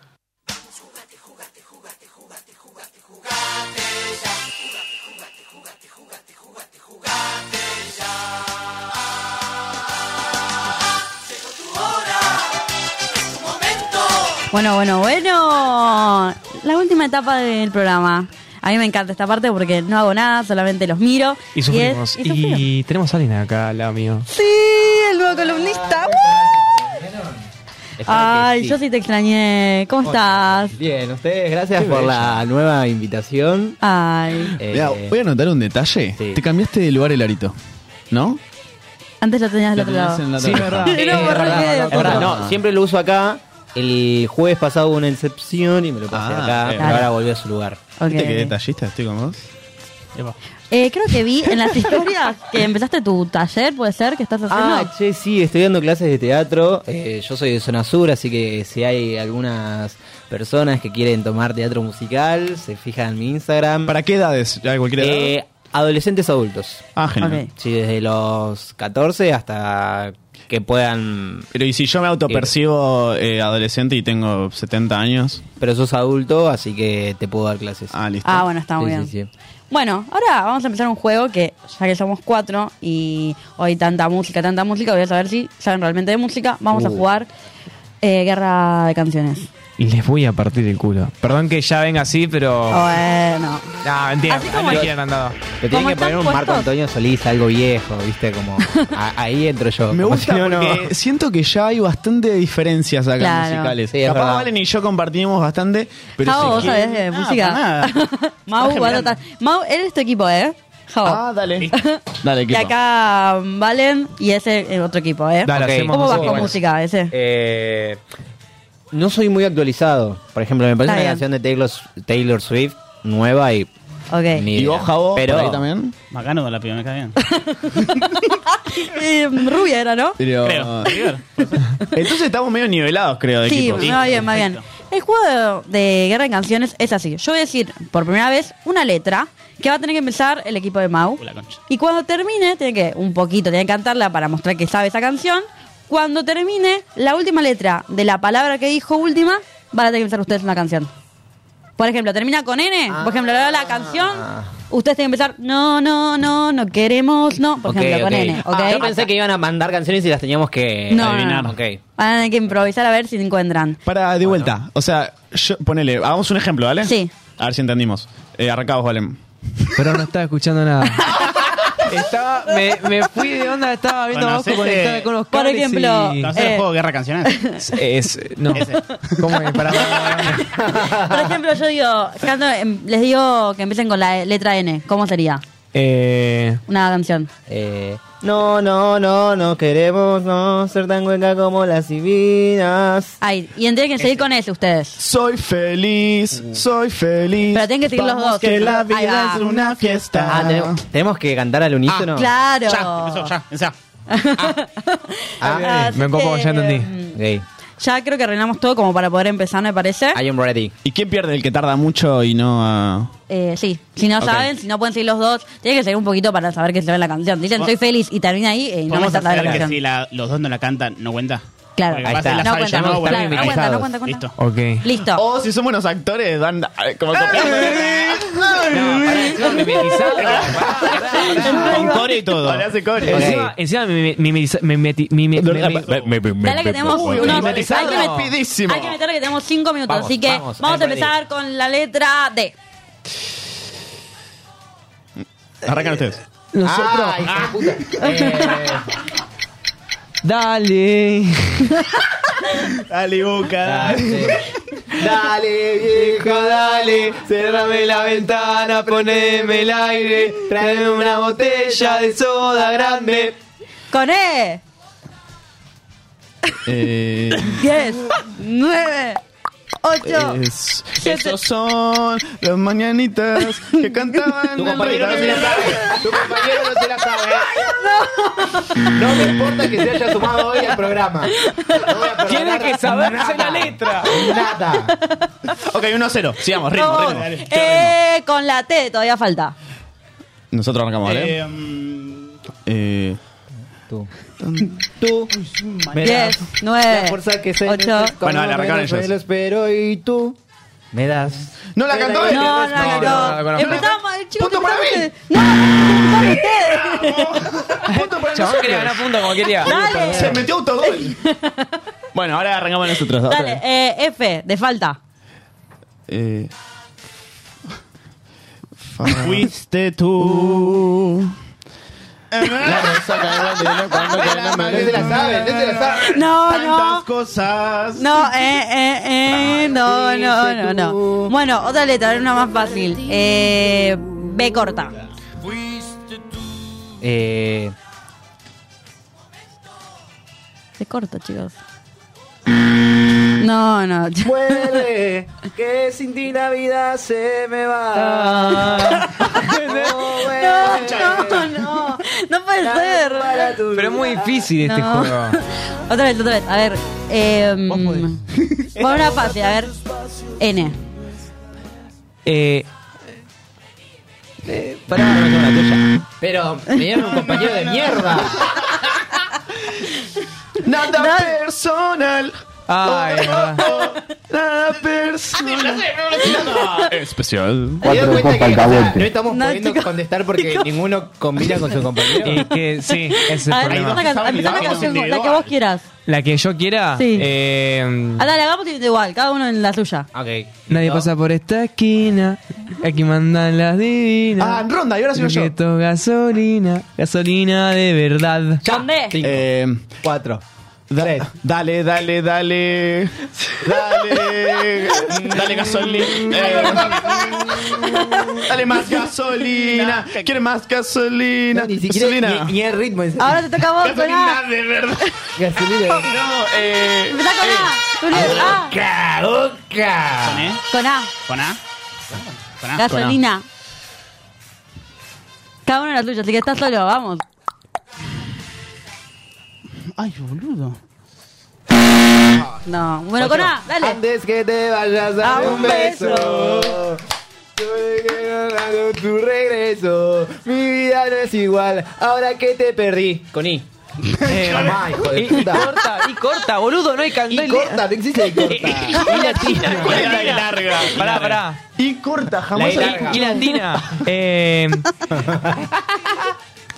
[SPEAKER 5] Bueno, bueno, bueno. La última etapa del programa. A mí me encanta esta parte porque no hago nada, solamente los miro.
[SPEAKER 6] Y sufrimos.
[SPEAKER 5] es-
[SPEAKER 6] Y,
[SPEAKER 5] y sufrimos.
[SPEAKER 6] tenemos a alguien acá, al lado mío.
[SPEAKER 5] Sí, el nuevo columnista. Ay, yo sí te extrañé. ¿Cómo estás?
[SPEAKER 12] Bien, ustedes, gracias
[SPEAKER 5] Qué
[SPEAKER 12] por
[SPEAKER 5] bello.
[SPEAKER 12] la nueva invitación.
[SPEAKER 5] Ay.
[SPEAKER 12] Eh,
[SPEAKER 7] Mirá, voy a anotar un detalle. Te cambiaste de lugar el arito, ¿no?
[SPEAKER 5] Antes lo tenías al
[SPEAKER 7] Lo
[SPEAKER 5] otro
[SPEAKER 7] tenías
[SPEAKER 5] lado.
[SPEAKER 7] en la otra Sí, es verdad.
[SPEAKER 5] No, ¿por qué?
[SPEAKER 12] es verdad, no, siempre lo uso acá. El jueves pasado hubo una excepción y me lo pasé
[SPEAKER 7] Ah,
[SPEAKER 12] acá,
[SPEAKER 7] ok.
[SPEAKER 12] pero ahora volvió a su lugar.
[SPEAKER 7] ¿Viste qué detallista estoy con vos?
[SPEAKER 10] Epa.
[SPEAKER 5] Eh, creo que vi en las historias que empezaste tu taller, puede ser, que estás haciendo.
[SPEAKER 12] Ah, che, sí, estoy dando clases de teatro. Eh, yo soy de zona sur, así que si hay algunas personas que quieren tomar teatro musical, se fijan en mi Instagram.
[SPEAKER 7] ¿Para qué edades? ¿Ya cualquier edad?
[SPEAKER 12] Em, Eh, adolescentes adultos.
[SPEAKER 7] Ah, genial. Ok.
[SPEAKER 12] Sí, desde los 14 hasta que puedan...
[SPEAKER 7] Pero y si yo me autopercibo eh, adolescente y tengo 70 años.
[SPEAKER 12] Pero sos adulto, así que te puedo dar clases.
[SPEAKER 7] Ah, listo.
[SPEAKER 5] Ah, bueno, está muy bien. Bueno, ahora vamos a empezar un juego que, ya que somos cuatro y hoy tanta música, tanta música, voy a saber si saben realmente de música. Vamos a
[SPEAKER 6] Uh.
[SPEAKER 5] jugar eh, Guerra de Canciones.
[SPEAKER 6] Y les voy a partir el culo. Perdón que ya venga así, pero.
[SPEAKER 5] Bueno.
[SPEAKER 6] No, mentira.
[SPEAKER 5] Así como-
[SPEAKER 6] no le quieran andado.
[SPEAKER 12] Le tienen Oh. que poner un Marco Antonio Solís, algo viejo, ¿viste? Como a- ahí entro yo.
[SPEAKER 7] Me
[SPEAKER 12] como
[SPEAKER 7] gusta
[SPEAKER 12] si no, no.
[SPEAKER 7] porque siento que ya hay bastante diferencias acá
[SPEAKER 12] Claro.
[SPEAKER 7] musicales.
[SPEAKER 12] Sí, es
[SPEAKER 7] Capaz
[SPEAKER 12] verdad.
[SPEAKER 7] Valen y yo compartimos bastante, pero
[SPEAKER 5] Javo,
[SPEAKER 7] si
[SPEAKER 5] vos
[SPEAKER 7] quieren-
[SPEAKER 5] sabés de
[SPEAKER 7] Ah,
[SPEAKER 5] música.
[SPEAKER 7] para nada.
[SPEAKER 5] Mau, va
[SPEAKER 7] Estás
[SPEAKER 5] a
[SPEAKER 7] generando.
[SPEAKER 5] tratar- Mau, él es tu equipo, ¿eh? Javo.
[SPEAKER 7] Ah, dale. Dale,
[SPEAKER 5] Y
[SPEAKER 7] equipo.
[SPEAKER 5] acá mm, Valen y ese eh, otro equipo, ¿eh?
[SPEAKER 12] Dale, Ok. hacemos
[SPEAKER 5] ¿Cómo vas
[SPEAKER 12] nosotros.
[SPEAKER 5] con música ese?
[SPEAKER 12] Eh, no soy muy actualizado. Por ejemplo, me parece
[SPEAKER 5] Está
[SPEAKER 12] una
[SPEAKER 5] bien.
[SPEAKER 12] canción de Taylor, Taylor Swift nueva y.
[SPEAKER 5] Ok.
[SPEAKER 12] ni
[SPEAKER 5] ¿Y
[SPEAKER 12] idea.
[SPEAKER 5] vos, Javo, por ahí también?
[SPEAKER 10] Macano con la piba, me cae bien.
[SPEAKER 5] Eh, rubia era, ¿no?
[SPEAKER 7] Pero- Entonces estamos medio nivelados, creo, de
[SPEAKER 5] Sí,
[SPEAKER 7] equipo.
[SPEAKER 5] más bien, más bien. El juego de, de guerra de canciones es así. Yo voy a decir por primera vez una letra que va a tener que empezar el equipo de Mau. Y cuando termine, tiene que, un poquito, tiene que cantarla para mostrar que sabe esa canción. Cuando termine, la última letra de la palabra que dijo última, van a tener que empezar ustedes una canción. Por ejemplo, termina con N,
[SPEAKER 12] Ah.
[SPEAKER 5] por ejemplo, la, la, la canción, ustedes tienen que empezar, no, no, no, no queremos, no, por
[SPEAKER 12] Ok,
[SPEAKER 5] ejemplo, con
[SPEAKER 12] ok.
[SPEAKER 5] N, ¿ok?
[SPEAKER 12] Ah, yo pensé que iban a mandar canciones y las teníamos
[SPEAKER 10] Eh,
[SPEAKER 12] que
[SPEAKER 5] No, no,
[SPEAKER 12] adivinar.
[SPEAKER 5] no.
[SPEAKER 12] Ok.
[SPEAKER 5] Van a tener que improvisar a ver si encuentran.
[SPEAKER 7] Para, de vuelta. O sea, yo- ponele, hagamos un ejemplo, ¿vale?
[SPEAKER 5] Sí.
[SPEAKER 7] A ver si entendimos. Eh, arrancamos, Valen.
[SPEAKER 6] Pero no estaba escuchando nada. Estaba, me, me fui de onda, estaba viendo a Vasco
[SPEAKER 10] Conocés,
[SPEAKER 6] conectada
[SPEAKER 10] eh,
[SPEAKER 6] con los
[SPEAKER 10] por
[SPEAKER 6] cables
[SPEAKER 10] ejemplo,
[SPEAKER 6] y-
[SPEAKER 10] ¿conocés el eh, juego Guerra
[SPEAKER 6] Es,
[SPEAKER 12] eh,
[SPEAKER 6] es- no. ¿Cómo es? Pará,
[SPEAKER 5] Por ejemplo, yo digo, canto, em, les digo que empiecen con la letra N. ¿Cómo sería
[SPEAKER 6] Eh,
[SPEAKER 5] una canción?
[SPEAKER 12] Eh, no, no, no, no queremos no ser tan hueca como las divinas.
[SPEAKER 5] Ay, y tienen que seguir con ese ustedes.
[SPEAKER 7] Soy feliz, soy feliz.
[SPEAKER 5] Pero tienen que seguir los
[SPEAKER 7] Vamos
[SPEAKER 5] dos.
[SPEAKER 7] Que la
[SPEAKER 5] Ahí va.
[SPEAKER 7] vida es una fiesta.
[SPEAKER 12] Ah, tenemos, tenemos que cantar al unísono.
[SPEAKER 5] Ah, Claro.
[SPEAKER 10] Ya, empezó, ya, ya.
[SPEAKER 12] Ah, eh.
[SPEAKER 5] Así me copo, ya que,
[SPEAKER 12] entendí.
[SPEAKER 5] Ya creo que arreglamos todo como para poder empezar, me parece.
[SPEAKER 12] I am ready.
[SPEAKER 7] ¿Y quién pierde? El que tarda mucho y no... ah?
[SPEAKER 5] Eh, sí, si no
[SPEAKER 7] Ok.
[SPEAKER 5] saben, si no pueden seguir los dos, tienen que seguir un poquito para saber que se ve la canción. Dicen, soy feliz y termina ahí eh, y no me
[SPEAKER 10] Vamos a
[SPEAKER 5] está la
[SPEAKER 10] hacer que
[SPEAKER 5] canción.
[SPEAKER 10] si la- los dos no la cantan, no cuenta.
[SPEAKER 5] Claro.
[SPEAKER 10] Porque
[SPEAKER 5] Ahí
[SPEAKER 10] capaz
[SPEAKER 5] está.
[SPEAKER 10] la
[SPEAKER 5] No
[SPEAKER 10] sabe
[SPEAKER 5] cuenta,
[SPEAKER 10] ya,
[SPEAKER 5] no cuenta,
[SPEAKER 10] bueno,
[SPEAKER 5] no cuenta, no cuenta, no
[SPEAKER 10] Listo.
[SPEAKER 6] ok.
[SPEAKER 5] Listo.
[SPEAKER 7] Oh, si somos unos actores, dan eh, como
[SPEAKER 10] Con core y todo.
[SPEAKER 7] Ahora hace core.
[SPEAKER 6] Encima, encima me, me, me, me, meti- me, me, me-
[SPEAKER 5] Dale que tenemos
[SPEAKER 6] Uy,
[SPEAKER 5] unos- hay, que
[SPEAKER 6] mimetizado.
[SPEAKER 5] met- hay que meterle que tenemos cinco minutos,
[SPEAKER 6] Vamos,
[SPEAKER 5] así que
[SPEAKER 6] vamos,
[SPEAKER 5] vamos,
[SPEAKER 6] I'm
[SPEAKER 5] a
[SPEAKER 6] ready.
[SPEAKER 5] empezar con la letra D.
[SPEAKER 7] Arrancan ustedes.
[SPEAKER 6] Nosotros.
[SPEAKER 12] Eh,
[SPEAKER 6] Dale.
[SPEAKER 7] Dale, boca.
[SPEAKER 6] Dale.
[SPEAKER 12] Dale, viejo, dale. Cerrame la ventana, poneme el aire. Tráeme una botella de soda grande.
[SPEAKER 5] Con E.
[SPEAKER 7] Eh,
[SPEAKER 5] 10, 9, 8.
[SPEAKER 7] es- esos son las mañanitas que cantaban.
[SPEAKER 12] Tu
[SPEAKER 7] en el
[SPEAKER 12] compañero no se la
[SPEAKER 7] recreo.
[SPEAKER 12] sabe. Tu compañero no se la sabe. ¿eh? No. No me importa que se haya sumado hoy al programa.
[SPEAKER 6] Tiene que saberse la letra.
[SPEAKER 12] Nada.
[SPEAKER 7] Ok, 1-0. Sigamos, ritmo,
[SPEAKER 5] Vamos.
[SPEAKER 7] ritmo.
[SPEAKER 5] Eh, E con la T todavía falta.
[SPEAKER 7] Nosotros arrancamos, ¿vale?
[SPEAKER 10] Eh,
[SPEAKER 7] Eh,
[SPEAKER 12] Tú. me das
[SPEAKER 5] 10, 9,
[SPEAKER 12] la fuerza que se
[SPEAKER 5] 8.
[SPEAKER 12] necesita.
[SPEAKER 7] Bueno, dale, arrancaron
[SPEAKER 12] Menos me
[SPEAKER 7] ellos.
[SPEAKER 12] lo espero y tú me das.
[SPEAKER 7] No la cantó él.
[SPEAKER 5] No, no, no.
[SPEAKER 12] no, no, no.
[SPEAKER 5] Empezamos, el chico.
[SPEAKER 7] Punto para mí.
[SPEAKER 6] Chabón quería ganar punto como quería.
[SPEAKER 5] Dale.
[SPEAKER 7] Se metió autogol. bueno, ahora arrancamos nosotros. otra
[SPEAKER 5] Dale,
[SPEAKER 7] vez.
[SPEAKER 5] eh, F, de falta.
[SPEAKER 7] Eh, fa- Fuiste tú.
[SPEAKER 12] se la sabe, no se la sabe.
[SPEAKER 5] No, no.
[SPEAKER 7] Tantas cosas.
[SPEAKER 5] No, eh, eh, eh, no, no, no, no. Bueno, otra letra, a ver, una más fácil. Eh, B corta.
[SPEAKER 12] Eh,
[SPEAKER 5] B corta, chicos. No, no.
[SPEAKER 12] Vuelve, que sin ti la vida se me va.
[SPEAKER 5] no, no, no puede ser.
[SPEAKER 6] Pero es muy difícil este
[SPEAKER 5] No.
[SPEAKER 6] juego.
[SPEAKER 5] Otra vez, otra vez. A ver. Eh, por una fase, a ver. N.
[SPEAKER 6] Eh, eh, pará, no tengo la tuya. Pero me dieron un compañero de mierda.
[SPEAKER 12] Nada personal.
[SPEAKER 6] Ay, verdad.
[SPEAKER 12] Nada personal.
[SPEAKER 7] Especial.
[SPEAKER 12] Me doy cuenta que, o sea, no estamos
[SPEAKER 5] No,
[SPEAKER 12] pudiendo contestar porque ninguno combina con su compañero.
[SPEAKER 6] Y Eh, que sí, ese es el
[SPEAKER 5] A ver,
[SPEAKER 6] problema.
[SPEAKER 5] empezá la, can- empezá la canción, con- la que vos quieras.
[SPEAKER 6] La que yo quiera.
[SPEAKER 5] Sí.
[SPEAKER 6] eh,
[SPEAKER 5] Ah, dale, hagamos igual, cada uno en la suya.
[SPEAKER 6] Nadie pasa por esta esquina. Aquí mandan las divinas.
[SPEAKER 7] Ah, en ronda, y ahora sigo yo.
[SPEAKER 6] Roqueto, gasolina. Gasolina de verdad.
[SPEAKER 5] ¿Dónde?
[SPEAKER 7] Eh,
[SPEAKER 12] Cuatro.
[SPEAKER 7] da- dale, dale, dale. Dale. dale gasolina. Eh, dale más gasolina. Quiere más gasolina.
[SPEAKER 12] Ni siquiera
[SPEAKER 7] Gasolina.
[SPEAKER 12] ni, ni el ritmo. en serio.
[SPEAKER 5] Ahora te toca a vos, con
[SPEAKER 7] Gasolina
[SPEAKER 5] A.
[SPEAKER 7] de verdad.
[SPEAKER 12] Gasolina.
[SPEAKER 7] No, eh.
[SPEAKER 5] Empezá con A. Julián, A.
[SPEAKER 12] ¿Con E?
[SPEAKER 5] Con A.
[SPEAKER 10] ¿Con A? ¿Con A?
[SPEAKER 5] Gasolina. Cada uno en la suya, así que estás solo, vamos.
[SPEAKER 10] Ay, boludo.
[SPEAKER 5] No. Bueno, con A, dale.
[SPEAKER 12] Antes que te vayas a
[SPEAKER 5] A un
[SPEAKER 12] un beso. tuve que ganar Tu regreso, mi vida no es igual. Ahora que te perdí, con I. Eh, mamá, hijo de
[SPEAKER 6] Y
[SPEAKER 12] puta.
[SPEAKER 6] corta, y corta, boludo. No hay can- no
[SPEAKER 12] Y
[SPEAKER 6] hay-
[SPEAKER 12] corta, no existe el corta. Y latina,
[SPEAKER 7] ¿Cuál es la de larga?
[SPEAKER 6] Pará, pará.
[SPEAKER 7] Y corta,
[SPEAKER 12] La
[SPEAKER 7] jamás.
[SPEAKER 12] de larga.
[SPEAKER 6] Y latina. Eh.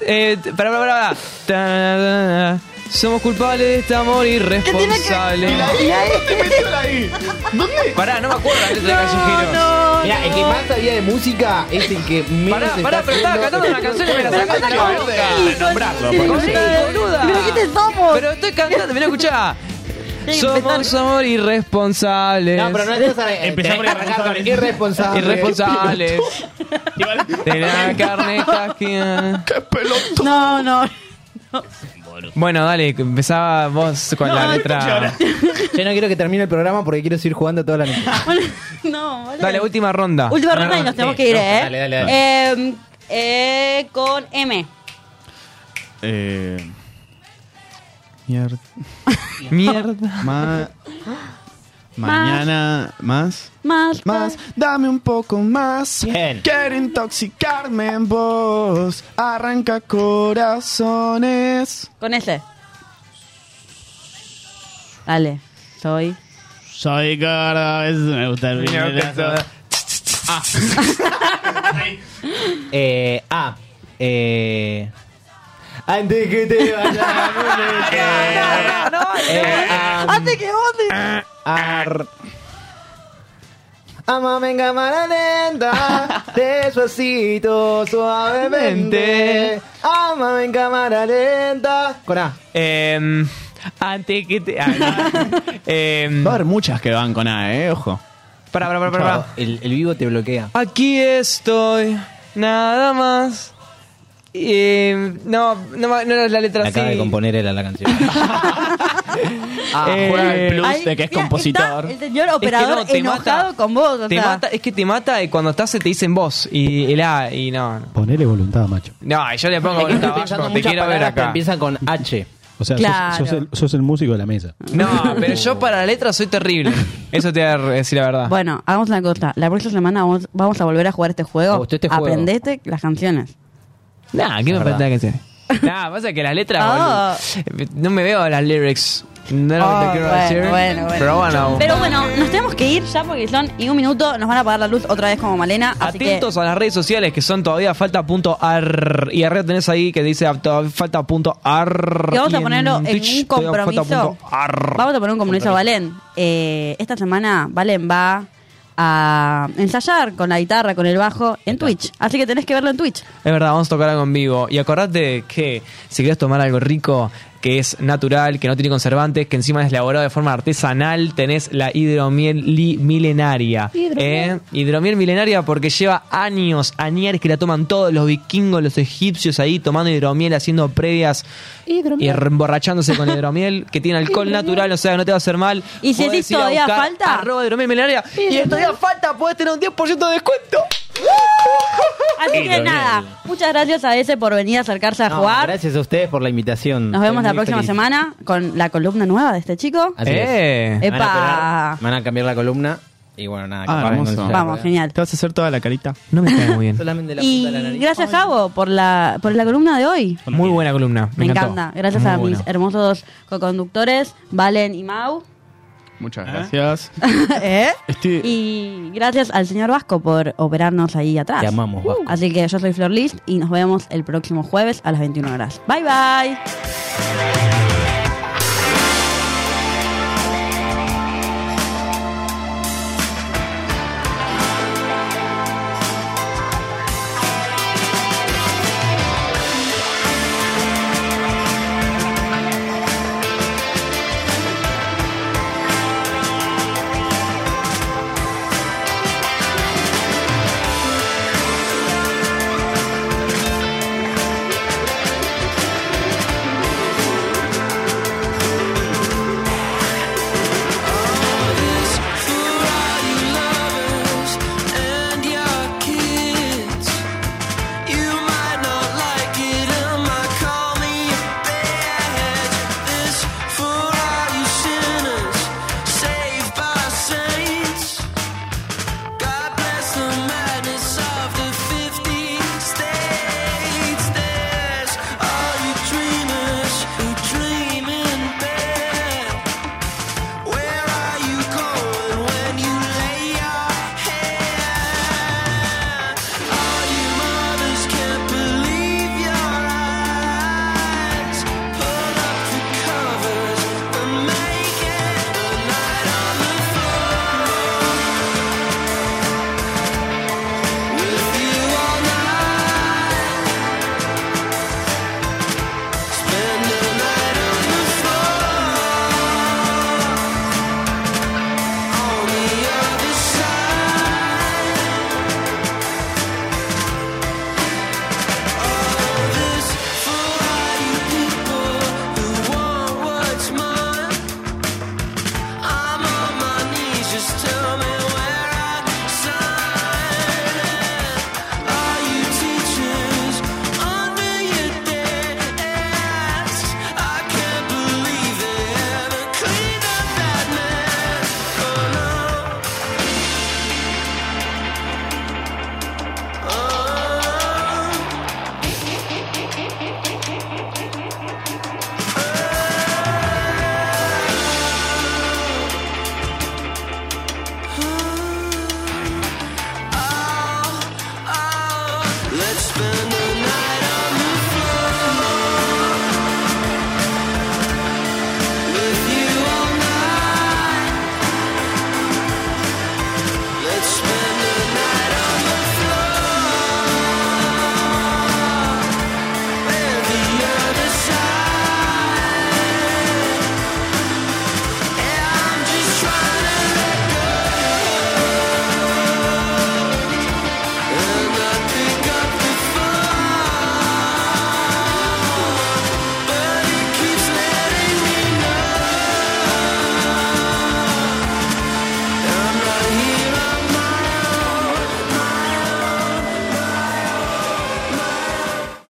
[SPEAKER 6] eh, pará, pará, pará. Ta- Somos culpables de este amor irresponsable.
[SPEAKER 7] Y ahí te metió la I. ¿Dónde?
[SPEAKER 6] Pará, no me acuerdo la letra de callejeros.
[SPEAKER 12] Mira, el que más sabía de música es el que menos
[SPEAKER 6] Pará, pará, pero estaba cantando una canción y me la sacaste de la boca.
[SPEAKER 7] nombrarlo,
[SPEAKER 5] Sí,
[SPEAKER 7] por
[SPEAKER 5] con
[SPEAKER 6] favor.
[SPEAKER 5] A.
[SPEAKER 6] Boluda.
[SPEAKER 5] Pero ¿qué te somos?
[SPEAKER 6] Pero estoy cantando, mirá, escuchá.
[SPEAKER 5] Tiene que
[SPEAKER 6] Somos
[SPEAKER 5] empezar.
[SPEAKER 6] amor irresponsables.
[SPEAKER 12] No, pero no es
[SPEAKER 10] Empezamos
[SPEAKER 12] Empezamos a arrancar con irresponsable.
[SPEAKER 6] Irresponsables. De la carne casquina.
[SPEAKER 7] ¡Qué pelotón!
[SPEAKER 5] No, no.
[SPEAKER 6] Bueno, dale, empezaba vos con la letra.
[SPEAKER 12] Yo no quiero que termine el programa porque quiero seguir jugando toda la noche.
[SPEAKER 5] No, vale.
[SPEAKER 6] Dale, última ronda.
[SPEAKER 5] Última ronda y nos tenemos que ir, ¿eh?
[SPEAKER 12] dale, dale,
[SPEAKER 5] Eh, eh, con M.
[SPEAKER 7] Eh. Mierda.
[SPEAKER 6] Mierda.
[SPEAKER 7] Ma- Mañana más.
[SPEAKER 5] Más.
[SPEAKER 7] Más, dame un poco más.
[SPEAKER 12] Bien.
[SPEAKER 7] Quiero intoxicarme en vos. Arranca corazones.
[SPEAKER 5] Con S. Dale. Soy.
[SPEAKER 10] Soy cada vez me gusta el vinilo.
[SPEAKER 12] Eh, A. Eh. Antes que te vayas a un beso. Eh, am-
[SPEAKER 5] ¡Antes que vos!
[SPEAKER 12] Ar. Amame en cámara lenta, despacito, suavemente. Amame en cámara lenta. Con A.
[SPEAKER 6] Em, antes que te. ah, no. Em,
[SPEAKER 7] Va a haber muchas que van con A, eh, ojo.
[SPEAKER 6] pará, pará, pará, pará.
[SPEAKER 12] El, el vivo te bloquea.
[SPEAKER 6] Aquí estoy, nada más. Em, no, no, ma- no era la letra así.
[SPEAKER 12] él a la canción. Ah,
[SPEAKER 6] Eh,
[SPEAKER 7] juega el plus.
[SPEAKER 5] Ay,
[SPEAKER 7] de que es
[SPEAKER 5] mira,
[SPEAKER 7] compositor.
[SPEAKER 5] está el señor operador
[SPEAKER 6] no, te
[SPEAKER 5] enojado
[SPEAKER 6] mata.
[SPEAKER 5] con vos. O
[SPEAKER 6] Te
[SPEAKER 5] sea.
[SPEAKER 6] mata, es que te mata y cuando estás se te dicen vos y el A y no. no.
[SPEAKER 13] Ponele voluntad, macho.
[SPEAKER 6] No, yo le pongo
[SPEAKER 12] Es que estoy
[SPEAKER 6] voluntad
[SPEAKER 12] pensando
[SPEAKER 6] abajo, te
[SPEAKER 12] muchas
[SPEAKER 6] quiero ver
[SPEAKER 12] palabras que
[SPEAKER 6] acá.
[SPEAKER 12] empiezan con H.
[SPEAKER 13] O sea,
[SPEAKER 5] Claro.
[SPEAKER 13] sos, sos el, sos el músico de la mesa.
[SPEAKER 6] No, pero yo para la letra soy terrible. Eso te voy a decir la verdad.
[SPEAKER 5] Bueno, hagamos una cosa. La próxima semana vamos, vamos a volver a jugar este juego.
[SPEAKER 12] Me
[SPEAKER 6] Oh,
[SPEAKER 12] gustó este juego.
[SPEAKER 5] Aprendete las canciones.
[SPEAKER 6] Nah, ¿qué me
[SPEAKER 12] verdad.
[SPEAKER 6] falta que sea? Nah, pasa que las letras.
[SPEAKER 5] Ah.
[SPEAKER 6] boludo, No me veo las lyrics. No es lo que
[SPEAKER 5] Ah,
[SPEAKER 6] te quiero
[SPEAKER 5] bueno,
[SPEAKER 6] decir.
[SPEAKER 5] bueno, bueno.
[SPEAKER 6] Pero bueno.
[SPEAKER 5] Pero bueno, nos tenemos que ir ya porque son y un minuto nos van a apagar la luz otra vez como Malena. Así que
[SPEAKER 6] Atentos a las redes sociales que son todavía falta.ar y arriba tenés ahí que dice ah, todavía falta.ar
[SPEAKER 5] Y vamos
[SPEAKER 6] y
[SPEAKER 5] a ponerlo en
[SPEAKER 6] Twitch
[SPEAKER 5] un
[SPEAKER 6] todavía
[SPEAKER 5] compromiso.
[SPEAKER 6] falta.ar.
[SPEAKER 5] Vamos a poner un compromiso a Valen. Eh, esta semana Valen va a ensayar con la guitarra, con el bajo en Twitch. Así que tenés que verlo en Twitch.
[SPEAKER 6] Es verdad, vamos a tocar algo en vivo. Y acordate que si querés tomar algo rico, que es natural, que no tiene conservantes, que encima es elaborado de forma artesanal. Tenés la hidromiel li- milenaria. ¿eh? Hidromiel milenaria porque lleva años, añares que la toman todos los vikingos, los egipcios ahí tomando hidromiel, haciendo previas y
[SPEAKER 5] Hidromiel.
[SPEAKER 6] emborrachándose con hidromiel, que tiene alcohol natural, o sea, no te va a hacer mal.
[SPEAKER 5] Y si
[SPEAKER 6] Podés
[SPEAKER 5] decís
[SPEAKER 6] ir a
[SPEAKER 5] todavía
[SPEAKER 6] buscar
[SPEAKER 5] falta.
[SPEAKER 6] Arroba hidromiel milenaria. Y esto ya falta, podés tener un 10% de descuento.
[SPEAKER 5] Así que
[SPEAKER 14] Hidromiel.
[SPEAKER 5] nada, muchas gracias a ese por venir a acercarse a
[SPEAKER 14] No,
[SPEAKER 5] jugar.
[SPEAKER 14] Gracias a ustedes por la invitación.
[SPEAKER 5] Nos
[SPEAKER 14] Estoy
[SPEAKER 5] vemos la
[SPEAKER 14] muy
[SPEAKER 5] próxima
[SPEAKER 14] feliz.
[SPEAKER 5] semana con la columna nueva de este chico.
[SPEAKER 14] Así es.
[SPEAKER 6] Eh.
[SPEAKER 14] Van a
[SPEAKER 5] ¡Epa!
[SPEAKER 14] operar, Van a cambiar la columna. Y bueno, nada.
[SPEAKER 7] Ah,
[SPEAKER 14] capaz
[SPEAKER 7] hermoso.
[SPEAKER 14] no se la
[SPEAKER 5] Vamos,
[SPEAKER 14] acuerdan.
[SPEAKER 5] genial.
[SPEAKER 7] Te vas a hacer toda la carita.
[SPEAKER 6] No me cae muy bien.
[SPEAKER 14] Solamente la punta de la
[SPEAKER 5] Y
[SPEAKER 14] nariz.
[SPEAKER 5] gracias, Javo, por la, por la columna de hoy.
[SPEAKER 6] Muy buena columna.
[SPEAKER 5] Me,
[SPEAKER 6] Me, encantó.
[SPEAKER 5] encanta. Gracias
[SPEAKER 6] Muy
[SPEAKER 5] a
[SPEAKER 6] buena.
[SPEAKER 5] mis hermosos coconductores, Valen y Mau.
[SPEAKER 7] Muchas gracias.
[SPEAKER 5] ¿Eh?
[SPEAKER 14] Este-
[SPEAKER 5] Y gracias al señor Vasco por operarnos ahí atrás.
[SPEAKER 14] Te amamos, Vasco.
[SPEAKER 5] Así que yo soy Flor List y nos vemos el próximo jueves a las 21 horas. Bye, bye.
[SPEAKER 8] Dream in bed. Where are you going when you lay your head? All you mothers can't believe your eyes. Pull up the covers and make it a night on the floor. With you all night, spend the night on the floor. On the other side, all this for all you people who want what's mine. I'm on my knees, just tell me where I sign. Are you teachers under your desks? I can't believe they ever cleaned up that mess. Oh no. Let's spend